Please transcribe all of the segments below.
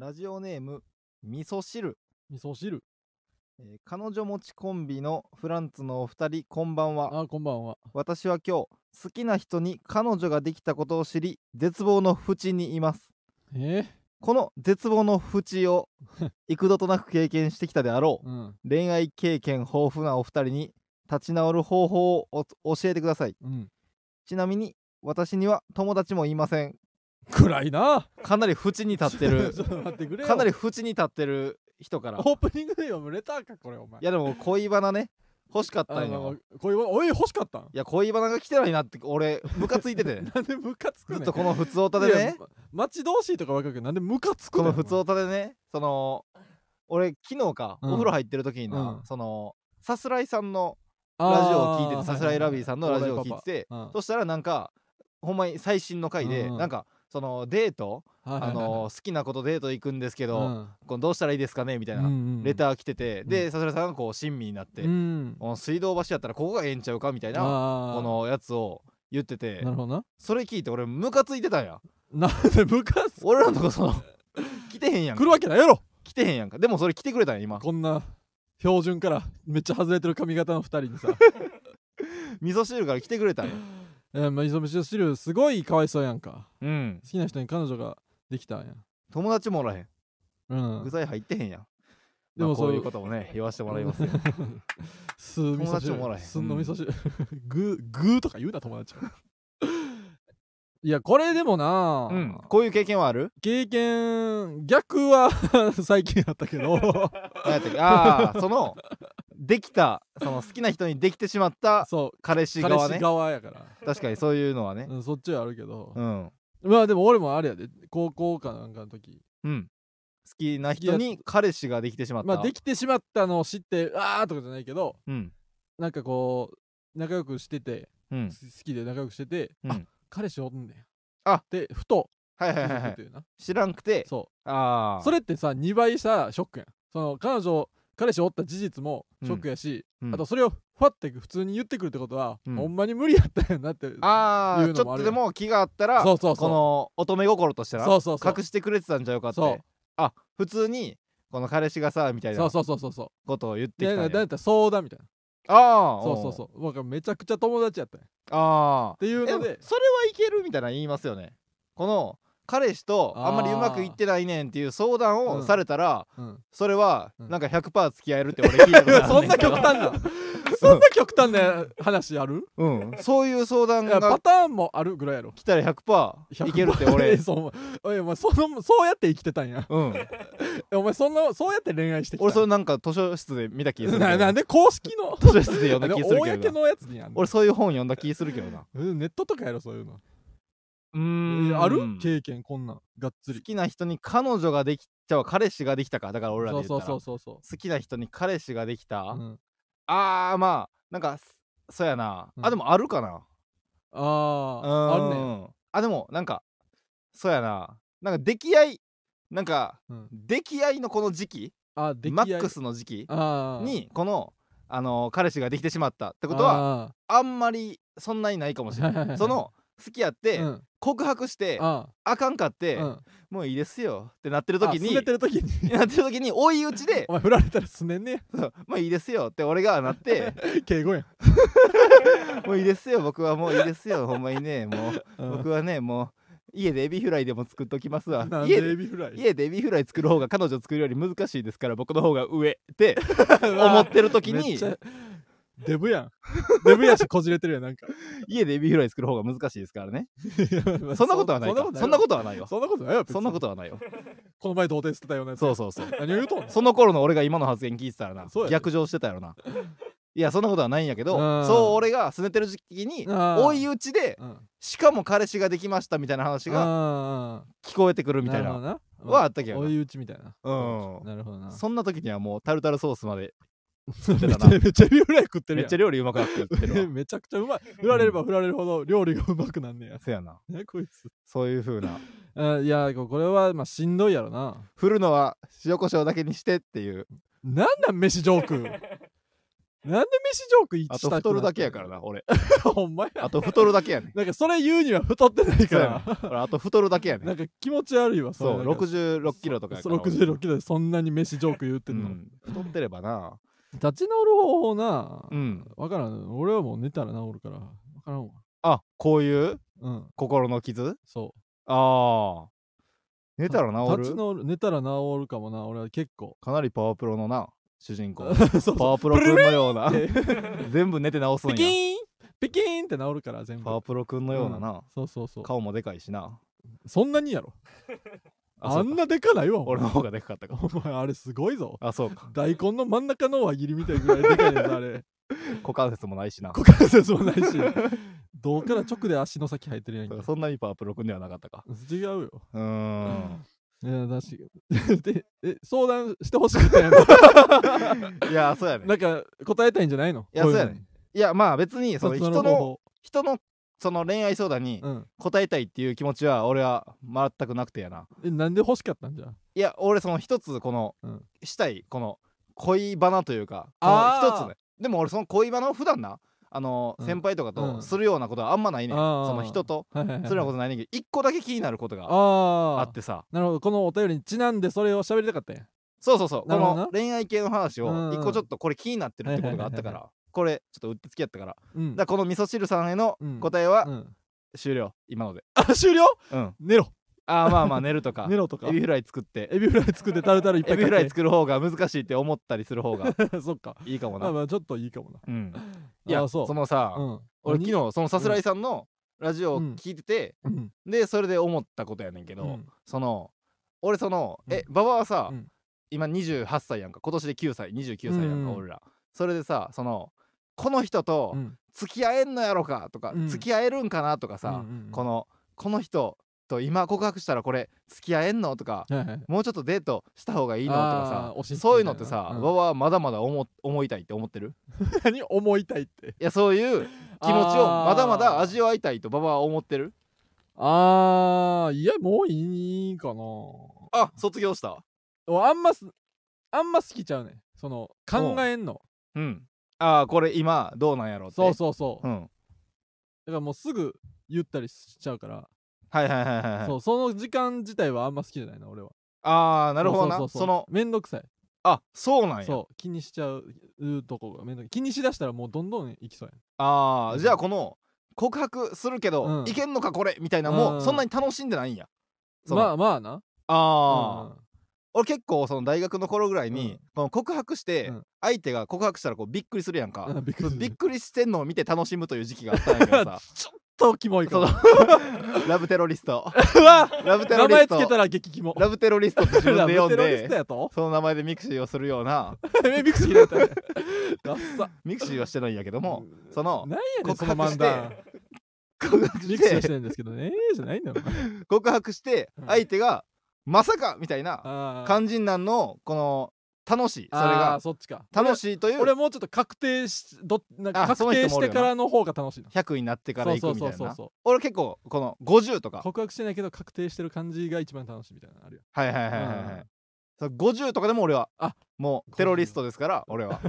ラジオネーム味噌汁、味噌汁。えー彼女持ちコンビのフランツのお二人こんばんはあ、こんばんは。私は今日好きな人に彼女ができたことを知り絶望の淵にいますえこの絶望の淵を 幾度となく経験してきたであろううん。恋愛経験豊富なお二人に立ち直る方法をお教えてくださいうん。ちなみに私には友達もいません暗いな。かなり淵に立ってる ちょっと待ってくれよ。かなり淵に立ってる人からオープニングで読むレターか、これ、お前。いやでも恋バナね欲しかったあんよの、こういう、おい、欲しかったんいや恋バナが来てないなって俺ムカついて てなんでムカつくずねっんとこの普通歌でいやねま待ち遠しいとかわかるけどなんでムカつくこねんの普通歌でねその俺昨日か、うんお風呂入ってる時にな、うんそのさすらいさんのお前ラジオを聞いててさすらいラビーさんのはラいはジいオはを聞いててオそしたらなんかほんまに最新の回で、うんなんかそのデート、あの好きな子とデート行くんですけど、このどうしたらいいですかねみたいな、レーター来てて、うんでさすらいさんがこう親身になって、うんこの水道橋やったらここがええんちゃうかみたいなあーこのやつを言っててなるほどそれ聞いて俺ムカついてたんやななんでムカつく俺らのとこその来てへんやん来るわけないやろ来てへんやんかでもそれ来てくれたんや今こんな標準からめっちゃ外れてる髪型の二人にさ味噌汁から来てくれたんやえーまあ磯虫汁すごいかわいそうやんかうん好きな人に彼女ができたんや友達もおらへんうん具材入ってへんやんででももこそうういうことも ね言わせてもらいますよす味友噌達もおらへ汁んすんの味噌汁 ぐぐーとか言うな友達は いやこれでもな、うんこういう経験はある経験逆は 最近あった けど何やったっけあ あそのできたその好きな人にできてしまったそ彼う氏彼側ね氏側やから、確かにそういうのはねうん、そっちはあるけどう、んまあでも俺もあれやで高校かなんかの時うん好きな人に彼氏ができてしまったまあできてしまったのを知ってあーとかじゃないけどうんなんかこう仲良くしててうんす好きで仲良くしてて、うんあ彼氏おんねんあでふとはい気はいはいはいづくというな、知らんくてそああうそれってさ2倍さショックやんその彼女彼氏おった事実もショックやし、うんうんあとそれをふわって普通に言ってくるってことは、うんほんまに無理やったんやなってああいうちのょもっとあるでやんも気があったらそうそうそこうの乙女心としてなそうそうそう隠してくれてたんちゃうかってそうあ普通にこの彼氏がさみたいそなうそうそうそうそうことを言っていきやたんやだだって相談みたいなああそうそうそうなんかめちゃくちゃ友達やったんやっうんああていうえでのもそれではいけるみたいな言いますよねこの彼氏とあんまりうまくいってないねんっていう相談うをんされたら、うん、それはうんなんか100%付き合えるって俺聞いたことある そんな極端なそんな極端な話あるうんそういう相談いやがパターンもあるぐらいやろ来たら100%いけ るってえ俺そうお前おいお前そのそうやって生きてたんや うんえお前そんなそうやって恋愛してきたん俺それなんか図書室で見た気がするけどななんで公式 の図書室で読んだ気がするけど公なのやつにあんの俺そういう本読んだ気するけどなうんネットとかやろそういうのうえーんある経験こんなんがっつ好りきな人に彼女ができちゃう彼氏ができたかだから俺らで言そっうたそらうそうそうそ好きな人に彼氏ができた、う、うん、あーまあなんかすそうやな、うんあでもあるかなあうああるねんあでもなんかそうやななんか出来合いなんかうん出来合いのこの時期あできマックスの時期あーにこのあの彼氏ができてしまったってことはああんまりそんなにないかもしれないその好きやっーて、 うん告白してああかんかって、ーうんもういいですよってなってる時あに拗ねてる時 になってる時に追い打ちで お前振られたらすねんね「そうもういいですよ」って俺がなって敬語やん「もういいですよ僕はもういいですよほんまにねもう僕はねもう家でエビフライでも作っときますわなんで家エでビフライ家でエビフライ作る方が彼女作るより難しいですから僕の方が上」って思思ってる時めっにちゃデブやんデブやしこじれてるやんなんか家でエビフライ作る方が難しいですからね そんなことはないかそそんんななこことはないよとそんなことないよ別にそんなことはないよこの前童貞捨てたようなやつそうそうそう何を言うとんのその頃の俺が今の発言聞いてたらなそうやで逆上してたやろないやそんなことはないんやけどうんそう俺がすねてる時期にあー追い打ちでうんしかも彼氏ができましたみたいな話がが聞こえてくるみたいななはあったけど追ない打ちみたいなうんなるほどなそんな時にはもうタルタルソースまでてめちたゃなめちゃエビフライ食ってるめっやちゃ料理うまくなっていってるわん めちゃくちゃうまい振られれば振られるほど料理がうまくなんね やせやな ねこいつそういう風なあいやこれはまあしんどいやろな振るのは塩コショウだけにしてっていう なんなん飯ジョークなんで飯ジョーク一致あしとたくな太るだけやからな俺な。 ほんまや。あと太るだけ やねんなんかそれ言うには太ってないかそうやら。俺あと太るだけやねなんんか気持ち悪いわ、れそうなんか66キロとかやからそう66キロでそんなに飯ジョーク言ってんの。うん太ってればな立ち直る方法な。うんわからん。俺はもう寝たら治るから。わからんわ。あこういううん。心の傷そう。ああ寝たら治立ちる直る。寝たら治るかもな。俺は結構。かなりパワープロのな主人公 そうそうパワープロ君のようなで全部寝て治すんピキやーンピキーンって治るから全部。パワープロ君のようなうんなそうそうそう。顔もでかいしなそんなにやろ。あそあうかんなでかないわ。お前俺の方がでかかったかもお前あれすごいぞ。あそう か大根の真ん中の輪切りみたいぐらいでかいやつあ れ。 股関節もないしな股関節もないし。胴から直で足の先入ってるやんけ。そんなにパワープロ君ではなかったか違うよ。うーんいや、だし。で、 え、相談してほし くて。いやそうやねなんか答えたいんじゃないのいやこいそうやねいやまあ別にその人の方の法人のその恋愛相談にうん。答えたいっていう気持ちは俺は全くなくてやなえ、なんで欲しかったんじゃ。いや俺その一つこの、うんしたいこの恋バナというかこのあー一つねでも俺その恋バナを普段なあの、うん先輩とかうとんするようなことはあんまないねん、あーその人とはいはいはい。するようなことないねんけど一個だけ気になることがあっああ。てさなるほど。このお便りにちなんでそれを喋りたかったんやそうそうそうこなるほどなの恋愛系の話うをんうん一個ちょっとこれ気になってるってことがあったかはいはいはいらこれちょっとうってつきやったからうん。だからこの味噌汁さんへのうん答えはうん終了今のであ、終了 うん寝ろ。あーまあまあ寝るとか 寝ろとかエ。ビフライ作ってエビフライ作ってタルタルいっぱエいビかフラけイ作る方が難しいって思ったりする方がそっか。いいかも まあなまあちょっといいかもな。うんいいやや、そそう。のさうん、俺何昨日そのさすらいさんのラジオをうん聞いててうんでそれで思ったことやねんけうどんその俺そのうんえ馬場はさうん今28歳やんか今年で9歳29歳やんうかん俺らそれでさそのこの人とうん付き合えんのやろかとかうん付き合えるんかなとかさうんうんうんこのこの人と今告白したらこれ付き合えんのとかはい はいもうちょっとデートした方がいいのとあかーおしさっこそういうのってさみたいなうん馬場はまだまだ思思いたいって思ってる何思いたいっていやそういう気持ちをまだまだ味わいたいと馬場は思ってるあーいやもういいかなあ卒業した俺あんますあんま好きちゃうねんその考えんのうんああこれ今どうなんやろってそうそうそう、だんからもうすぐ言ったりしちゃうから、はいはいはいはいはいそうその時間自体はあんま好きじゃないな俺はああなるほどそうなそうそうそのめんどくさいあそうなんやそう気にしちゃうとこがめんどく気にしだしたらもうどんどんいきそうやんあうあんじゃあこの告白するけどうんいけんのかこれみたいなうもんうそんなに楽しんでないんやそのまあまあなああうん俺結構その大学の頃ぐらいに、うんこの告白してうん相手が告白したらこうびっくりするやんか、うんびっくりするびっくりしてんのを見て楽しむという時期があったんやけど さとキモいかそらの ラブテロリス トうわラブテロ名リス前つけトたら激キモラブテロリストって自分でラ呼ブん テロリストでやとその名前でミクシーをするよう なえミクシー入れたダッサミクシーはしてないんやけどもその何やねん告その白して漫談告白ミクシーしはしててるんですけどねじゃないんだよ告白してうん相手がまさかみたいな感肝心なんのこの楽しいそれがそっちか楽しいという俺もうちょっと確定しどなんあかそ確の人定もしおるてよなからの方が楽しいな100になってから行くみたいそうそうそうなそ俺結構この50とうか告白してないけど確定してる感じが一番楽しいみたいなのあるよはいはいはいはい、うんうんはういんその50とかでも俺はあもう50テロリストですから俺 は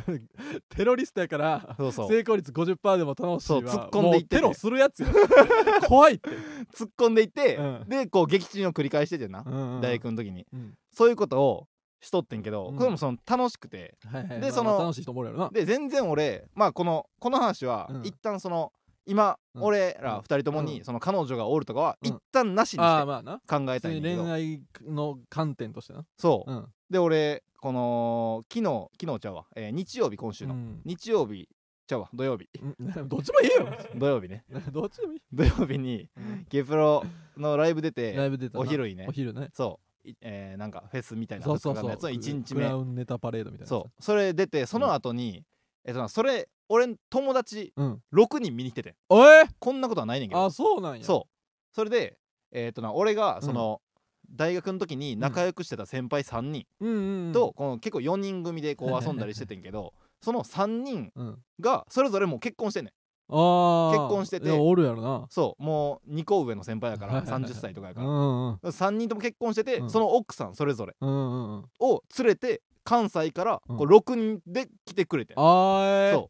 テロリストやからそうそう成功率50%でも楽しいそうわ突っ込んでいってねもうテロするやつよ 怖いって 突っ込んでいって、うんでこう撃沈を繰り返しててんな、大大学の時にうんそういうことをしとってんけど、うんこれもその楽しくてはいはでいまあそのまあ楽しい人もおるやろな で全然俺まあこのこの話は、うん一旦その今、うん俺ら二人ともに、うんその彼女がおるとかは、うん一旦なしにあしあてまあな考え普たい通んにだけど、恋愛の観点としてなそう、うんで俺この昨日昨日ちゃうわ、えー日曜日今週の、うん日曜日ちゃうわ土曜日うん どっちもいいよ土曜日ね どっちでもいい土曜日にゲプロのライブ出てライブ出たなお昼にねお昼ねそういえーなんかフェスみたいなそうそう二日そ間のうやつの1日ク目ラウンネタパレードみたいなやつそうそれ出てその後に、えっとなそれ俺の友達うん6人見に来ててんおえこんなことはないねんけどあそうなんやそうそれでえっとな俺がその、大学の時に仲良くしてた先輩3人ううんうんと、この結構4人組でこう遊んだりしててんけどその3人うんがそれぞれもう結婚してんねんあー結婚してていやおるやろなそうもう2個上の先輩やからはいはいはい30歳とかやかうらんうん3人とも結婚してて、うんその奥さんそれぞれうんうんうんを連れて関西からこうう6人で来てくれて、あーそ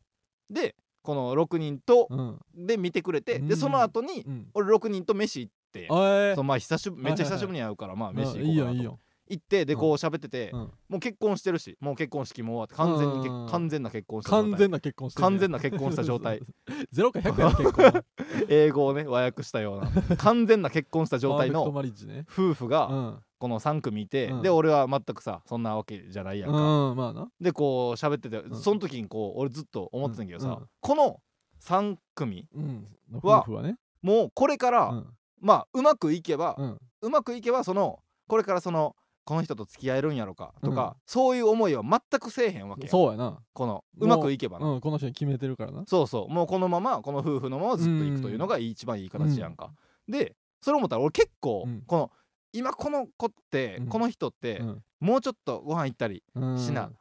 うでこの6人とう、うんで見てくれて、うでんその後にうん、俺6人と飯行って、あーそうまあ久しぶりめっちゃ久しぶりに会うから、まあ飯行こうかなといいよいいよ、行ってでこう喋ってて、うん、もう結婚してるしもう結婚式も終わって完全にけうん完全な結婚した状態完全な結婚してるね完全な結婚した状態 ゼロか100やな結婚英語をね和訳したよう な完全な結婚した 状態パーフェクトのマリッジね夫婦うがんこの3組いて、うんで俺は全くさそんなわけじゃないやんか、うんまあなでこう喋ってて、んその時にこう俺ずっと思ってたんやけどさ、うんこの3組うんは夫婦はねもうこれから、うんまあうまくいけば、うんうまくいけばそのこれからそのこの人と付き合えるんやろかとか、そういう思いは全くせえへんわけやそうやなこのもううまくいけばな、うんこの人に決めてるからなそうそうもうこのままこの夫婦のままずっといくというのが一番いい形やんか、でそれ思ったら俺結構うんこの今この子って、うんこの人ってうんもうちょっとご飯行ったりうんしな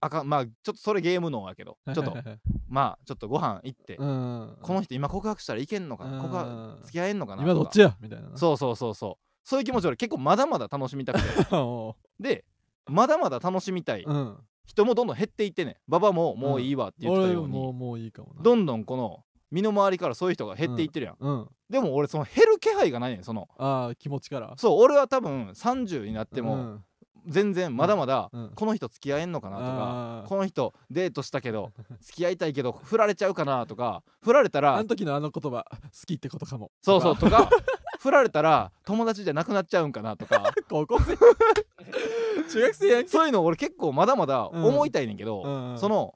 あかんまあちょっとそれゲーム脳やけどはいちょっはい とはいはいまあちょっとご飯行って、うんこの人今告白したらいけんのかな、告白うん付き合えんのかな今とどかっちやみたいななそうそうそうそうそういう気持ち俺結構まだまだ楽しみたくて おでまだまだ楽しみたいううん人もどんどん減っていってねババももういいわって言ってた俺ように、もうもういいかもなどんどんこの身の回りからそういう人が減っていってるやん、うんでも俺その減る気配がないねんそのああ気持ちからそう俺は多分30になってもも全然まだまだうんこの人付き合えんのかなとか、あーこの人デートしたけ ど付き合いたいけど振られちゃうかなとか振られたあらの時のあの言葉好きってことかもそうそうとか振られたら友達じゃなくなっちゃうんかなと か高校生中学生やんけそういうの俺結構まだまだ思いたいねんけど、うんその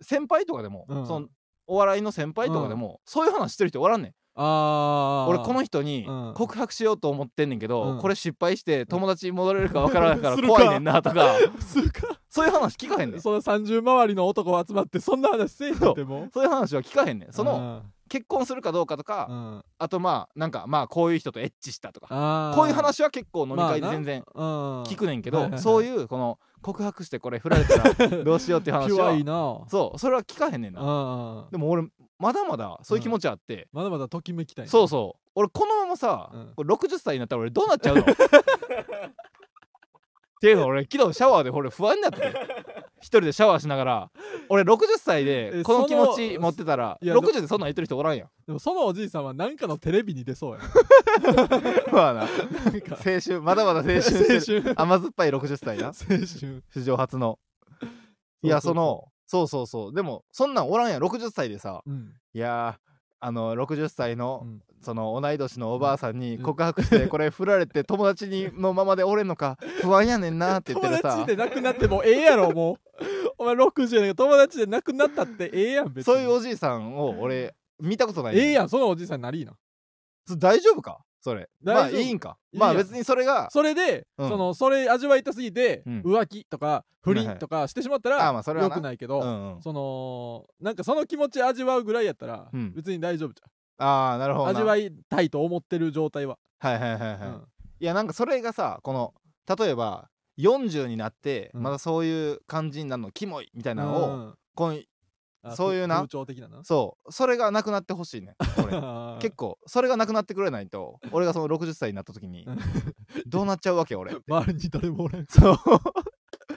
先輩とかでも、うんそのお笑いの先輩とかでも、そういう話してる人おらんねんあー俺この人にうん告白しようと思ってんねんけど、うんこれ失敗して友達に戻れるかわからんから するか怖いねんなとかするかそういう話聞かへんねんそその30周りの男が集まってそんな話せえへんってもうういう話は聞かへんねんその結婚するかどうかとか、うんうんあとまあなんかまあこういう人とエッチしたとかあーこういう話は結構飲み会で全然うん聞くねんけど、はいはいはいそういうこの告白してこれ振られたらどうしようっていう話 ピュアはいいなそうそれは聞かへんねんなあでも俺まだまだそういう気持ちあって、まだまだときめきたいなそうそう俺このままさ、うんこれ60歳になったら俺どうなっ ちゃうのっていうの俺昨日シャワーで俺不安になってて一人でシャワーしながら俺60歳でえこのそ気の持ち持ってたらいや60でそんなん言ってる人おらんやんでもそのおじいさんは何かのテレビに出そうやなまあななんか青春まだ まだ青春青してる春甘酸っぱい60歳な青春史上初のいやうそうのそうそうそうでもそんなんおらんやん60歳でさううんいやーあの60歳の、うんその同い年のおばあさんにうん告白してこれ振られて友達にのままでおれんのか不安やねんなって言っ友てる達さでなくなってもええやろもう お前60やねん友達でなくなったってええやん別そにういうおじいさんを俺見たことないねんええやんそのおじいさんなりいいなそ大丈夫かそれまあ大丈夫いいんかいいやまんあ別にそれがそれで、うんそのそれ味わいたすぎて、うん浮気とか不倫とかしてしまったら、はいはいあまあそれはよなくないけうど、んうんそのなんかその気持ち味わうぐらいやったら、うん別に大丈夫じああなるゃほどんな味わいたいと思ってる状態は、はいはいはいはい、うんいやなんかそれがさこの例えば40になってうんまだそういう感じになるのキモいみたいなのを、うんこんあそういうな風潮的ななそうそれがなくなってほしいねん俺 結構それがなくなってくれない と俺がその60歳になった時にうんどうなっちゃうわけ 俺周りに誰もおらんそう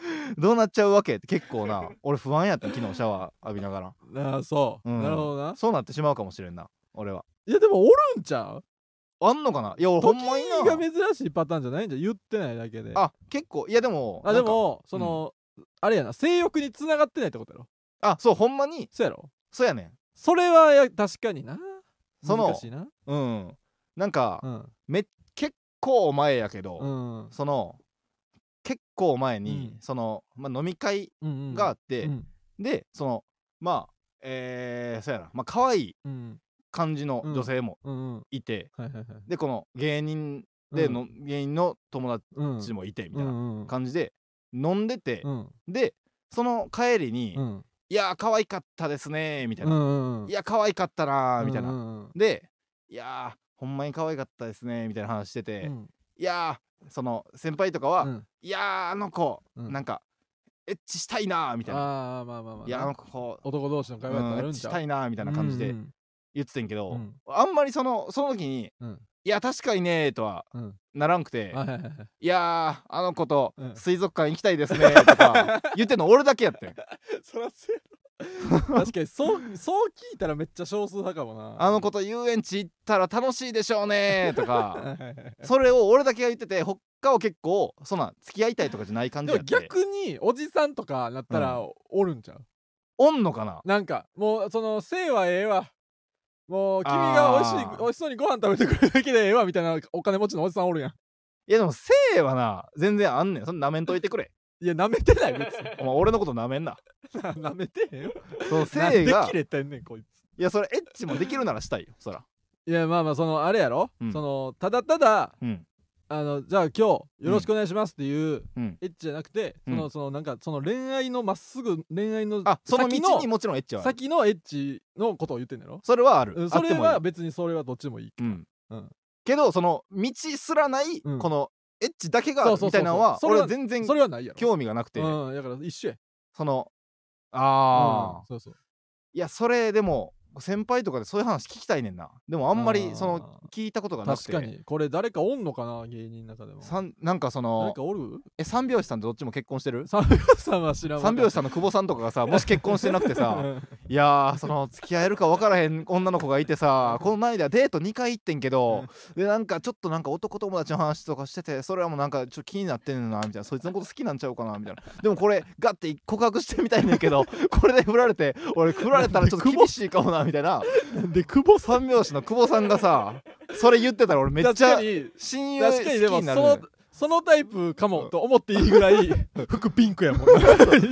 どうなっちゃうわけって結構な俺不安やった昨日シャワー浴びなが らああそう、うんなるほどなそうなってしまうかもしれんな俺はいやでもおるんちゃうあんのかないや俺ほんまに時がな珍しいパターンじゃないんじゃん言ってないだけでああ結構いやでもでなんかもその、あれやな性欲につながってないってことやろあそうほんまにそうやろそうやねんそれはや確かになその難しいなうんなんかうんこう前やけど、うんその結構前に、うんその、まあ、飲み会うんうんがあって、うんでそのまあえー、そうやなまあ可愛いうん感じの女性もうんうんはいいて、はいはいでこの芸人での、芸人の友うん達もいてみうたいなんうん感じで飲んでて、うんでその帰りに「うんうんいやー可愛かったですね」みたいな「うんうんいや可愛かったなー」みたいな、うんうんうんで「いやーほんまに可愛かったですね」みたいな話してて「うんいやーその先輩とかは、うんいやーあの子、うんなんかエッチしたいな」みたいなああまあまあ「まあいやーあなの子男同士のう会話やったんらエあるッんチちしゃうたいな」みたいな感じうでん言ってたんやけど、うんあんまりそのその時にうんいや確かにねとはうんならんくて、はいはいはいはいいやーあの子とうん水族館行きたいですねと か言ってんの俺だけやってんそらそうや ろ確かにそうそう聞いたらめっちゃ少数派かもなあの子と遊園地行ったら楽しいでしょうねと はいかはいはいそれを俺だけが言ってて他は結構そんなん付き合いたいとかじゃない感じでやもって逆におじさんとかなったらおるんちゃう、おんのかななんかもうその性はええわもう君が美味しいあー美味しそうにご飯食べてくれるだけでええわみたいなお金持ちのおじさんおるやんいやでも性はな全然あんねんそんな舐めんといてく れいやなめてない 別にお前俺のこと舐めんななめてへんよそのなん性でが切れてんねんこいついやそれエッチもできるならしたいよそらいやまあまあそのあれやろ、うんそのただただうんあのじゃあ今日よろしくお願いしますっていう、うんエッチじゃなくて、うんそのそのなんかその恋愛のまっすぐ恋愛のあその先道にもちろんエッチはある先のエッチのことを言ってんだろそれはあるうんあそってれもいいは別にそれはどっちでもいいうんうんけどその道すらないうんこのエッチだけがあるそうそうそうそうみたいなのはそれ俺はは全然それはないやろ興味がなくてうんだから一緒やそのあうんあそうそういやそれでも先輩とかでそういう話聞きたいねんなでもあんまりそのあ聞いたことがーなく確かてにこれ誰かおんのかな芸人の中でもさんなんかそ誰のかおるえ三拍子さんとどっちも結婚してる三拍子さんは知らん三 拍子さんの久保さんとかがさもし結婚してなくてさいやーその付き合えるか分からへん 女の子がいてさこの前ではデート2回行ってんけどでなんかちょっとなんか男友達の話とかしててそれはもうなんかちょっと気になってんねんなみたいなそいつのこと好きなんちゃうかなみたいなでもこれガッて告白してみたいねんけど これで振られて俺振られたらちょっと厳しいかもなみたいなうんで久保さん三拍子の久保さんがさそれ言ってたら俺めっ確ちゃかに親友好確きかにでもにそなのるそのタイプかもと思っていいぐら い服ピンクやもん衣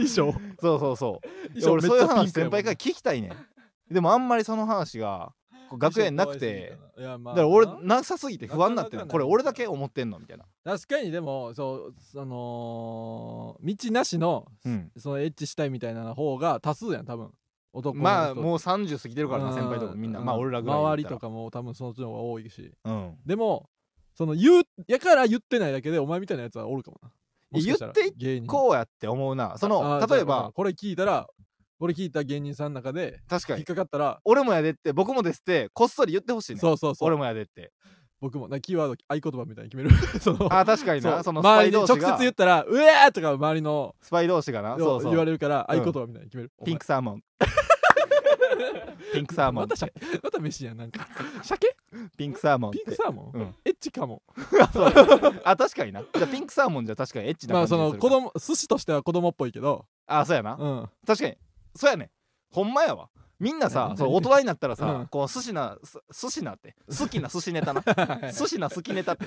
装そうそうそういや衣装俺めっそうちいう話ゃピンクや先もん輩から聞きたいねんでもあんまりその話がこう学園なくていやまあだから俺なさすぎて不安になってるなかなかないこれ俺だけ思ってんのみたいな、確かにでもそうその道なしのうん、そのエッチしたいみたいな方が多数やん多分男の人まあもう30過ぎてるからうなん先輩とかみんなまあ俺らぐらい周りとか、かも多分そっちの方が多いしうん、でもその言うやから言ってないだけでお前みたいなやつはおるかもなもしかしたら言って芸人こうやって思うなそあのー例えじゃあばこれ聞いたらこれ聞いた芸人さんの中で確か引っにかかったら俺もやでって僕もですってこっそり言ってほしいねそうそうそう俺もやでって僕もなキーワード合言葉みたいに決める そのあー確かになうそのスパ周イりに同直士接が言ったら「うえー!」とか周りのスパイ同士がなそうそ言わうれるからう合ん言葉みたいに決める、ピンクサーモンピンクサーモンまた鮭また飯やんなんか鮭ピンクサーモンっピンクてサーモン、うんエッチかもそうあ確かになじゃあピンクサーモンじゃ確かにエッチなま感あじそにするのか子供寿司としては子供っぽいけどあーそうやなうん 確かにそうやねほんまやわみんなさ何そう大人になったらさ、うんこう寿司なす寿司なって好きな寿司ネ タな寿司な好きネタっ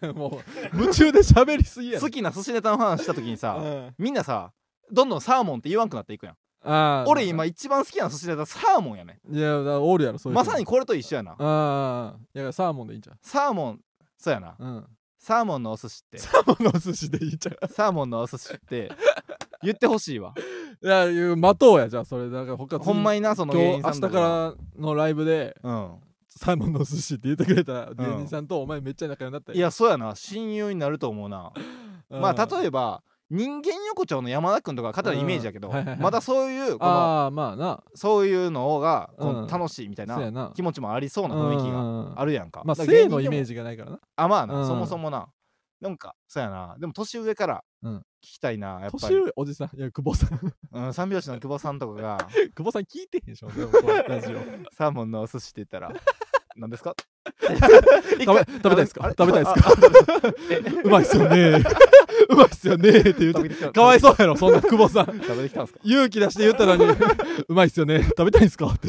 てもう夢中で喋りすぎやろ好きな寿司ネタの話した時にうさんみんなさどんどんサーモンって言わんくなっていくやんあー俺今一番好きな寿司ネタサーモンやねいやだからおるやろそういうま人さにこれと一緒やなああいやサーモンでいいんじゃんサーモンそうやなうん、サーモンのお寿司ってサーモンの寿司でいいんちゃうサーモンのお寿司って言ってほしい わいやいう待とうやじゃあそれだから他ほんまにになその今芸日人さ明日んかとらのライブでうんサーモンの寿司って言ってくれた芸人さんとお前めっちゃ仲良くなったいよ、やそうやな親友になると思うなまあ例えば人間横丁の山田君とか肩のイメージやけど、うんはいはいはいまだそういうこのああーまあなそういうのがこうんの楽しいみたいそうやなな気持ちもありそうな雰囲気ががあるやんか。まあだから芸性人のでイもメージがないからなあまあな、うんそもそもな。なんかそうやなでも年上からうん聞きたいな、やっぱ年り、上おじさんいや久保さん 久うん、三拍子の久保さんとかが保さん聞いてへんでしょでも これラジオ」サーモンのお寿司って言ったら「何ですか?食べ食べたいですか食べたいですかかうまいっすよ ねうまいっすよねって言う食べててきたかわいそそうやろそんな久保さんう食べてきたんですか勇気出して言ったのにうまいっすよね食べたいんすかって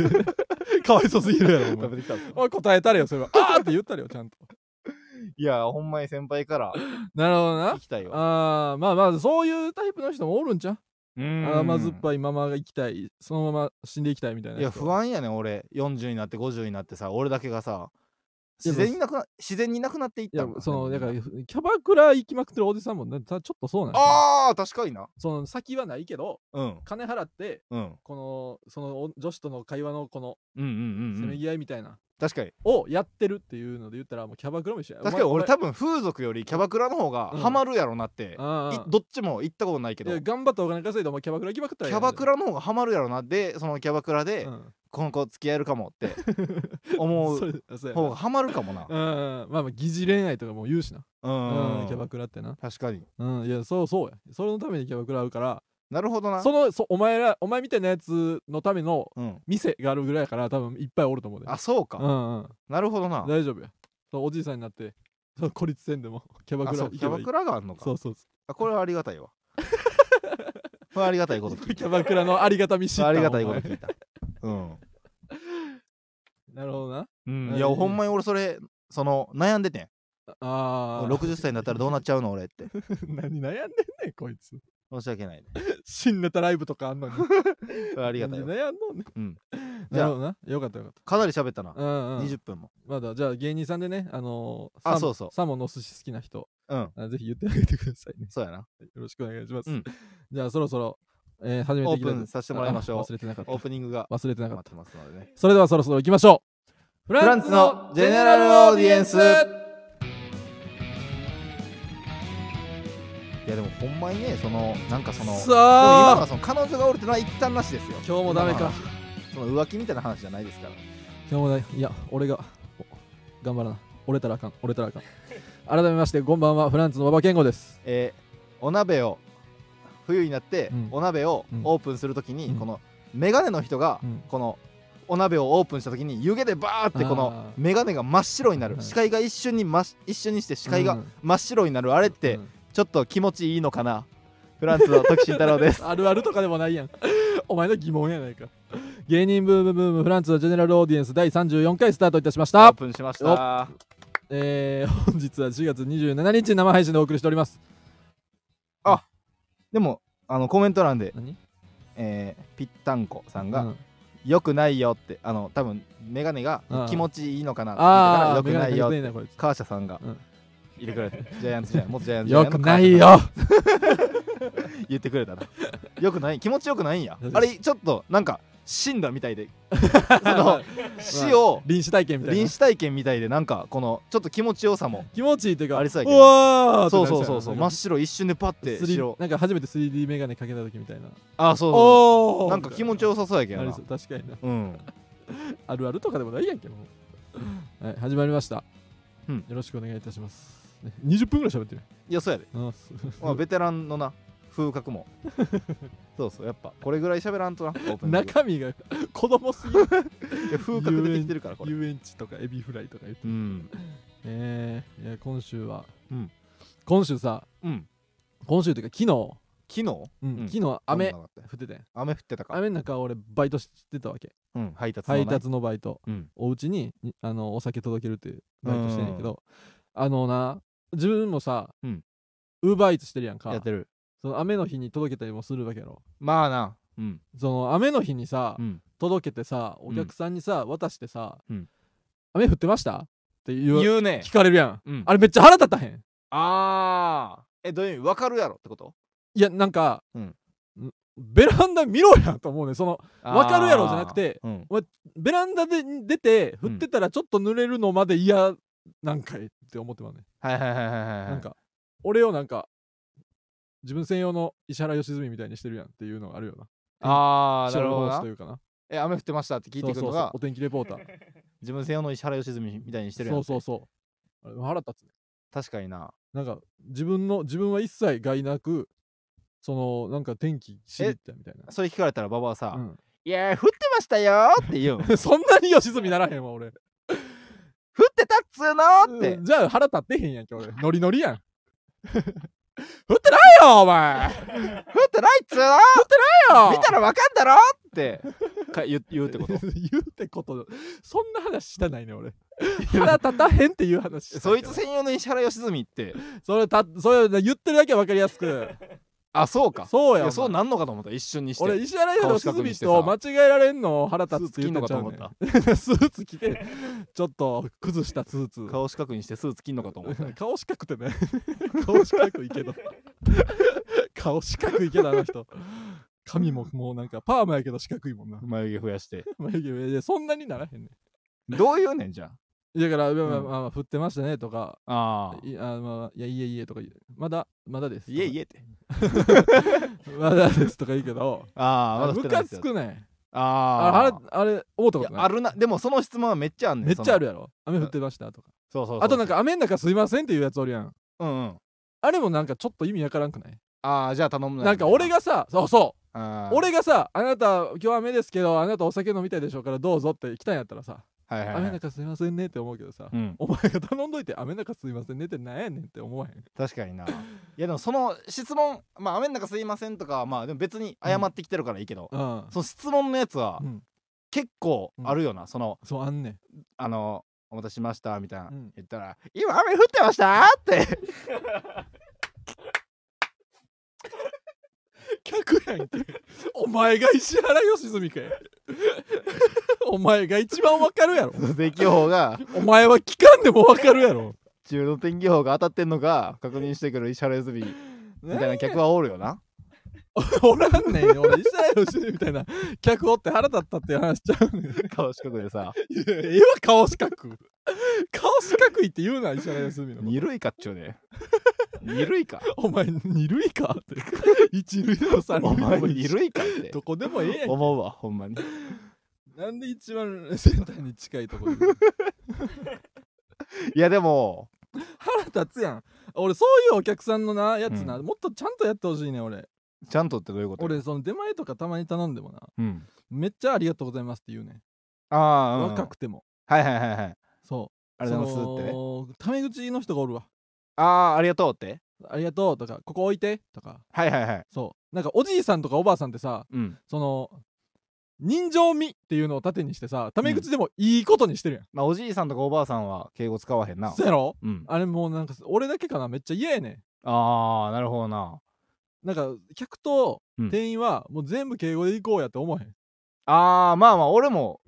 かわいそうすぎるやろお食前べてきたんですかおい答えたれよそれはあーって言ったれよちゃんといやほんまに先輩からなるほどな聞きたいわあーまあまあそういうタイプの人もおるんちゃううーん甘酸っぱいままが生きたいそのまま死んでいきたいみたいないや不安安やねん俺40になって50になってさ俺だけがさいや自然になくな自然になくなっていっいたやんそのでだもから キャバクラ行きまくってるおじさんもなたちょっとそうなんやあー確かになその先はないけどうん金払ってうんうんこのそのお女子との会話のこのうんうんせうめんぎ合いみたいな、確かにをやってるっていうので言ったらもうキャバクラも一緒や確かにお前俺多分風俗よりキャバクラの方がうんハマるやろなって、あいあどっちも行ったことないけどいや頑張ってお金稼いでお前キャバクラ行きまくったキらャバクララの方がハマるやろなでそのキャバクラで、この子付き合えるかもって 思そうれそうやな方がハマるかもなうんうんうんまあまあ疑似恋愛とかも言うしなううんんキャバクラってな確かにうんいやそうそうやそれのためにキャバクラあるからなるほどなそのそお前らお前みたいなやつのためのうん店があるぐらいやから多分いっぱいおると思うであそうかうんうんなるほどな大丈夫やそうおじいさんになってそう孤立せんでも キャバあクラそう行キけャばバいいクラがあるのかそうそうそあこれはありがた いわこれはありがたいことう聞いキャバクラのありがたみ知ったたありがたいおこと前聞いたうんなるほどなうんうんいやほんまに俺それその悩んでてんああ60歳になったらどうなっちゃうの俺って 何悩んでんねんこいつ申し訳ない新ネタライブとかあんのにありがたいわ悩んのねうん なるほどなよかったよかっかなり喋ったなたうんうん20分もまだじゃあ芸人さんでねあのーあサモそうそうサモの寿司好きな人うんあぜひ言ってあげてくださいねそうやなよろしくお願いします、うんじゃあそろそろ、えー始めていきたいオープンさせてもらいましょうあ忘れてなかったオープニングが忘れてなか待っったてますのでねそれではそろそろ行きましょうフランツのジェネラルオーディエンスいやでもほんまにねそのなんかそのでも今のさあはその彼女がおるってのは一旦なしですよ今日もダメかその浮気みたいな話じゃないですから今日もねいや俺がお頑張らな折れたらあかん折れたらあかん改めましてこんばんはフランツの馬場健吾ですえーお鍋を冬になってうんお鍋をうんオープンするときにうんこのメガネの人がうんこのお鍋をオープンしたときに湯気でバーってこのあーメガネが真っ白になるはい視界が一瞬に真っ一瞬にして視界うがん真っ白になるあれってうんちょっと気持ちいいのかなフランスの徳慎太郎 ですあるあるとかでもないやんお前の疑問やないか芸人ブームブームフランツのジェネラルオーディエンス第34回スタートいたしましオたープンしましたえー、本日は4月27日に生配信でお送りしております。でもあのコメント欄で、何えーぴったんこさんうがん「よくないよ」ってあの多分メガネがうん気持ちいいのかなってああ、言ったから「よくないよ」っメてガネかけてねカーシャさんがうん入れてくれた、ジャイアンツじゃない元ジャイアンこいツじつゃよないくのカーなシャいさんがよ言ってくれたなよくない気持ちよくないんや確あかにれちょっとなんか死んだみたい でその死を臨死体験みたい臨な。死体験みたいでなんかこのちょっと気持ちよさも気持ちいいというか、ありそうやけうどわーそうそうそうそうマ真っシ白一瞬でパッて白なんか初めて 3D メガネかけた時みたいな。あそうそうおーなんか気持ちよさそうやけあどりなそう確かにな。うんあるあるとかでもないやんけ、もう。はい、始まりました。うんよろしくお願いいたします。ね20分ぐらい喋ってる。いやそうやで、あーすまあ、ベテランのな風格 もそうそうやっぱこれぐらい喋らんとなオープニング中身が子供すぎ る。いや風格出てきてるからこれ遊園地とかエビフライとか言って。うんえー、いや今週は、うん今週さうん今週というか昨日、昨日うんうん昨日雨どんなのだった降ってて雨降ってたか雨の中俺バイトしてたわけうん配達のな配達のバイトうんお家ににあのお酒届けるっていうバイトしてんやけどあのな自分もさうウんーバーイーツしてるやんかやってるその雨の日に届けたりもするわけやろまあなうんその雨の日にさ、うん届けてさお客さんにさ、渡してさ、うん雨降ってましたって言う言うね聞かれるやんうんあれめっちゃ腹立たへんあーえどういう意味分かるやろってこといやなんか、うんんベランダ見ろやと思うねそのわかるやろじゃなくてあーうんベランダで出てう降んってたらちょっと濡れるのまで嫌なんかいって思ってまうね、はいはいはいはいはいなんか俺をなんか自分専用の石原良純みたいにしてるやんっていうのがあるよなああなるほど気象予報士なというかなえ雨降ってましたって聞いてくるそうそのうそうがお天気レポーター自分専用の石原良純みたいにしてるやそんうそうそうあれ腹立つね確かにななんか自分の自分は一切害なくそのなんか天気知りたみたいそれ聞かれたらババはさな、うん「いやー降ってましたよ」って言うん降っそん なに良純ならへんわ俺てたっつうのってうんじゃあ腹立ってへんやんけ俺ノリノリやん降ってないよお前降ってないっつうのよ見たらわかんだろってか言う言うってこと言うってこと そんな話したないね俺腹立たへんっていう話したそけいどつ専用の石原良純ってそれたそれ言ってるだけは分かりやすくあそうかいそうややお前そうなんのかと思った一瞬にして俺石原良顔四角に純してさと間違えられんの腹立つって言ってんちゃうねんスーツ着んのか スーツ着てちょっと崩したスーツ顔四角にしてスーツ着んのかと思った顔四角ってね顔四角いけど 顔四角いけどあの人髪ももうなんかパーマやけど四角いもんな眉毛増やして 眉毛いやそんなにならへんねどう言うねんじゃんだから、まあまあうんまあまあ振ってましたねとかああーいあまあまあ、いや、いえいえとか言う。まだ、まだです。いえいえってとか。まだですとか言うけど、ああまだ降っムてないカっすつよくね。ああーあれあれ思っいたこやとあないるなでもその質問はめっちゃあんねんめっちゃあるるやろ雨降ってましたとかそうそうそうあとなんか雨の中すいませんっていうやつおるやんうんうんあれもなんかちょっと意味わからんくないああじゃあ頼むなんか俺がさそうそうが俺がさあなた今日は雨ですけどあなたお酒飲みたいでしょうからどうぞって来たんやったらさ、はいはい、雨はのい、中すいませんねって思うけどさ、うんお前が頼んどいて雨の中すいませんねってなんやねんって思わへん確かに ないやでもその質問まあ雨の中すいませんとかはまあでも別に謝ってきてるからいいけど、うんその質問のやつはうん結構あるよな、そのそうあんねんあのお待たせしましたみたいな、うん言ったら「今雨降ってました!」って客やんけお前が石原良純かよお前が一番わかるやろ天気予報が お前は聞かんでもわかるやろ中の天気予報が当たってんのか確認してくる石原良純みたいな客はおるよ なおらんねんよ俺石原良純みたいな客おって腹立ったっていう話しちゃうねん顔四角でさいやええわ顔四角顔四角いって言うな石原良純のこと二類かっちゅうね 二類かお前二類かって一類でも三お類で前も二一緒類かってどこでもええやん思うわほんまになんで一番センターに近いところにいやでも腹立つやん俺そういうお客さんのなやつな、うもっとちゃんとやってほしいねん俺ちゃんとってどういうこと、俺その出前とかたまに頼んでもなうん、めっちゃありがとうございますって言うねん、ああ、うん、若くてもはいはいはいはいそうありがとうございますってねってタメ口の人がおるわああありがとうってありがとうとかここ置いてとかはいはいはいそうなんかおじいさんとかおばあさんってさうんその人情味っていうのを盾にしてさタメ口でもいいことにしてるやん、まあおじいさんとかおばあさんは敬語使わへんなそうやろうんあれもうなんか俺だけかなめっちゃ嫌やねああなるほどなんなんか客とうん店員はもう全部敬語で行こうやって思わへん、ああまあまあ俺も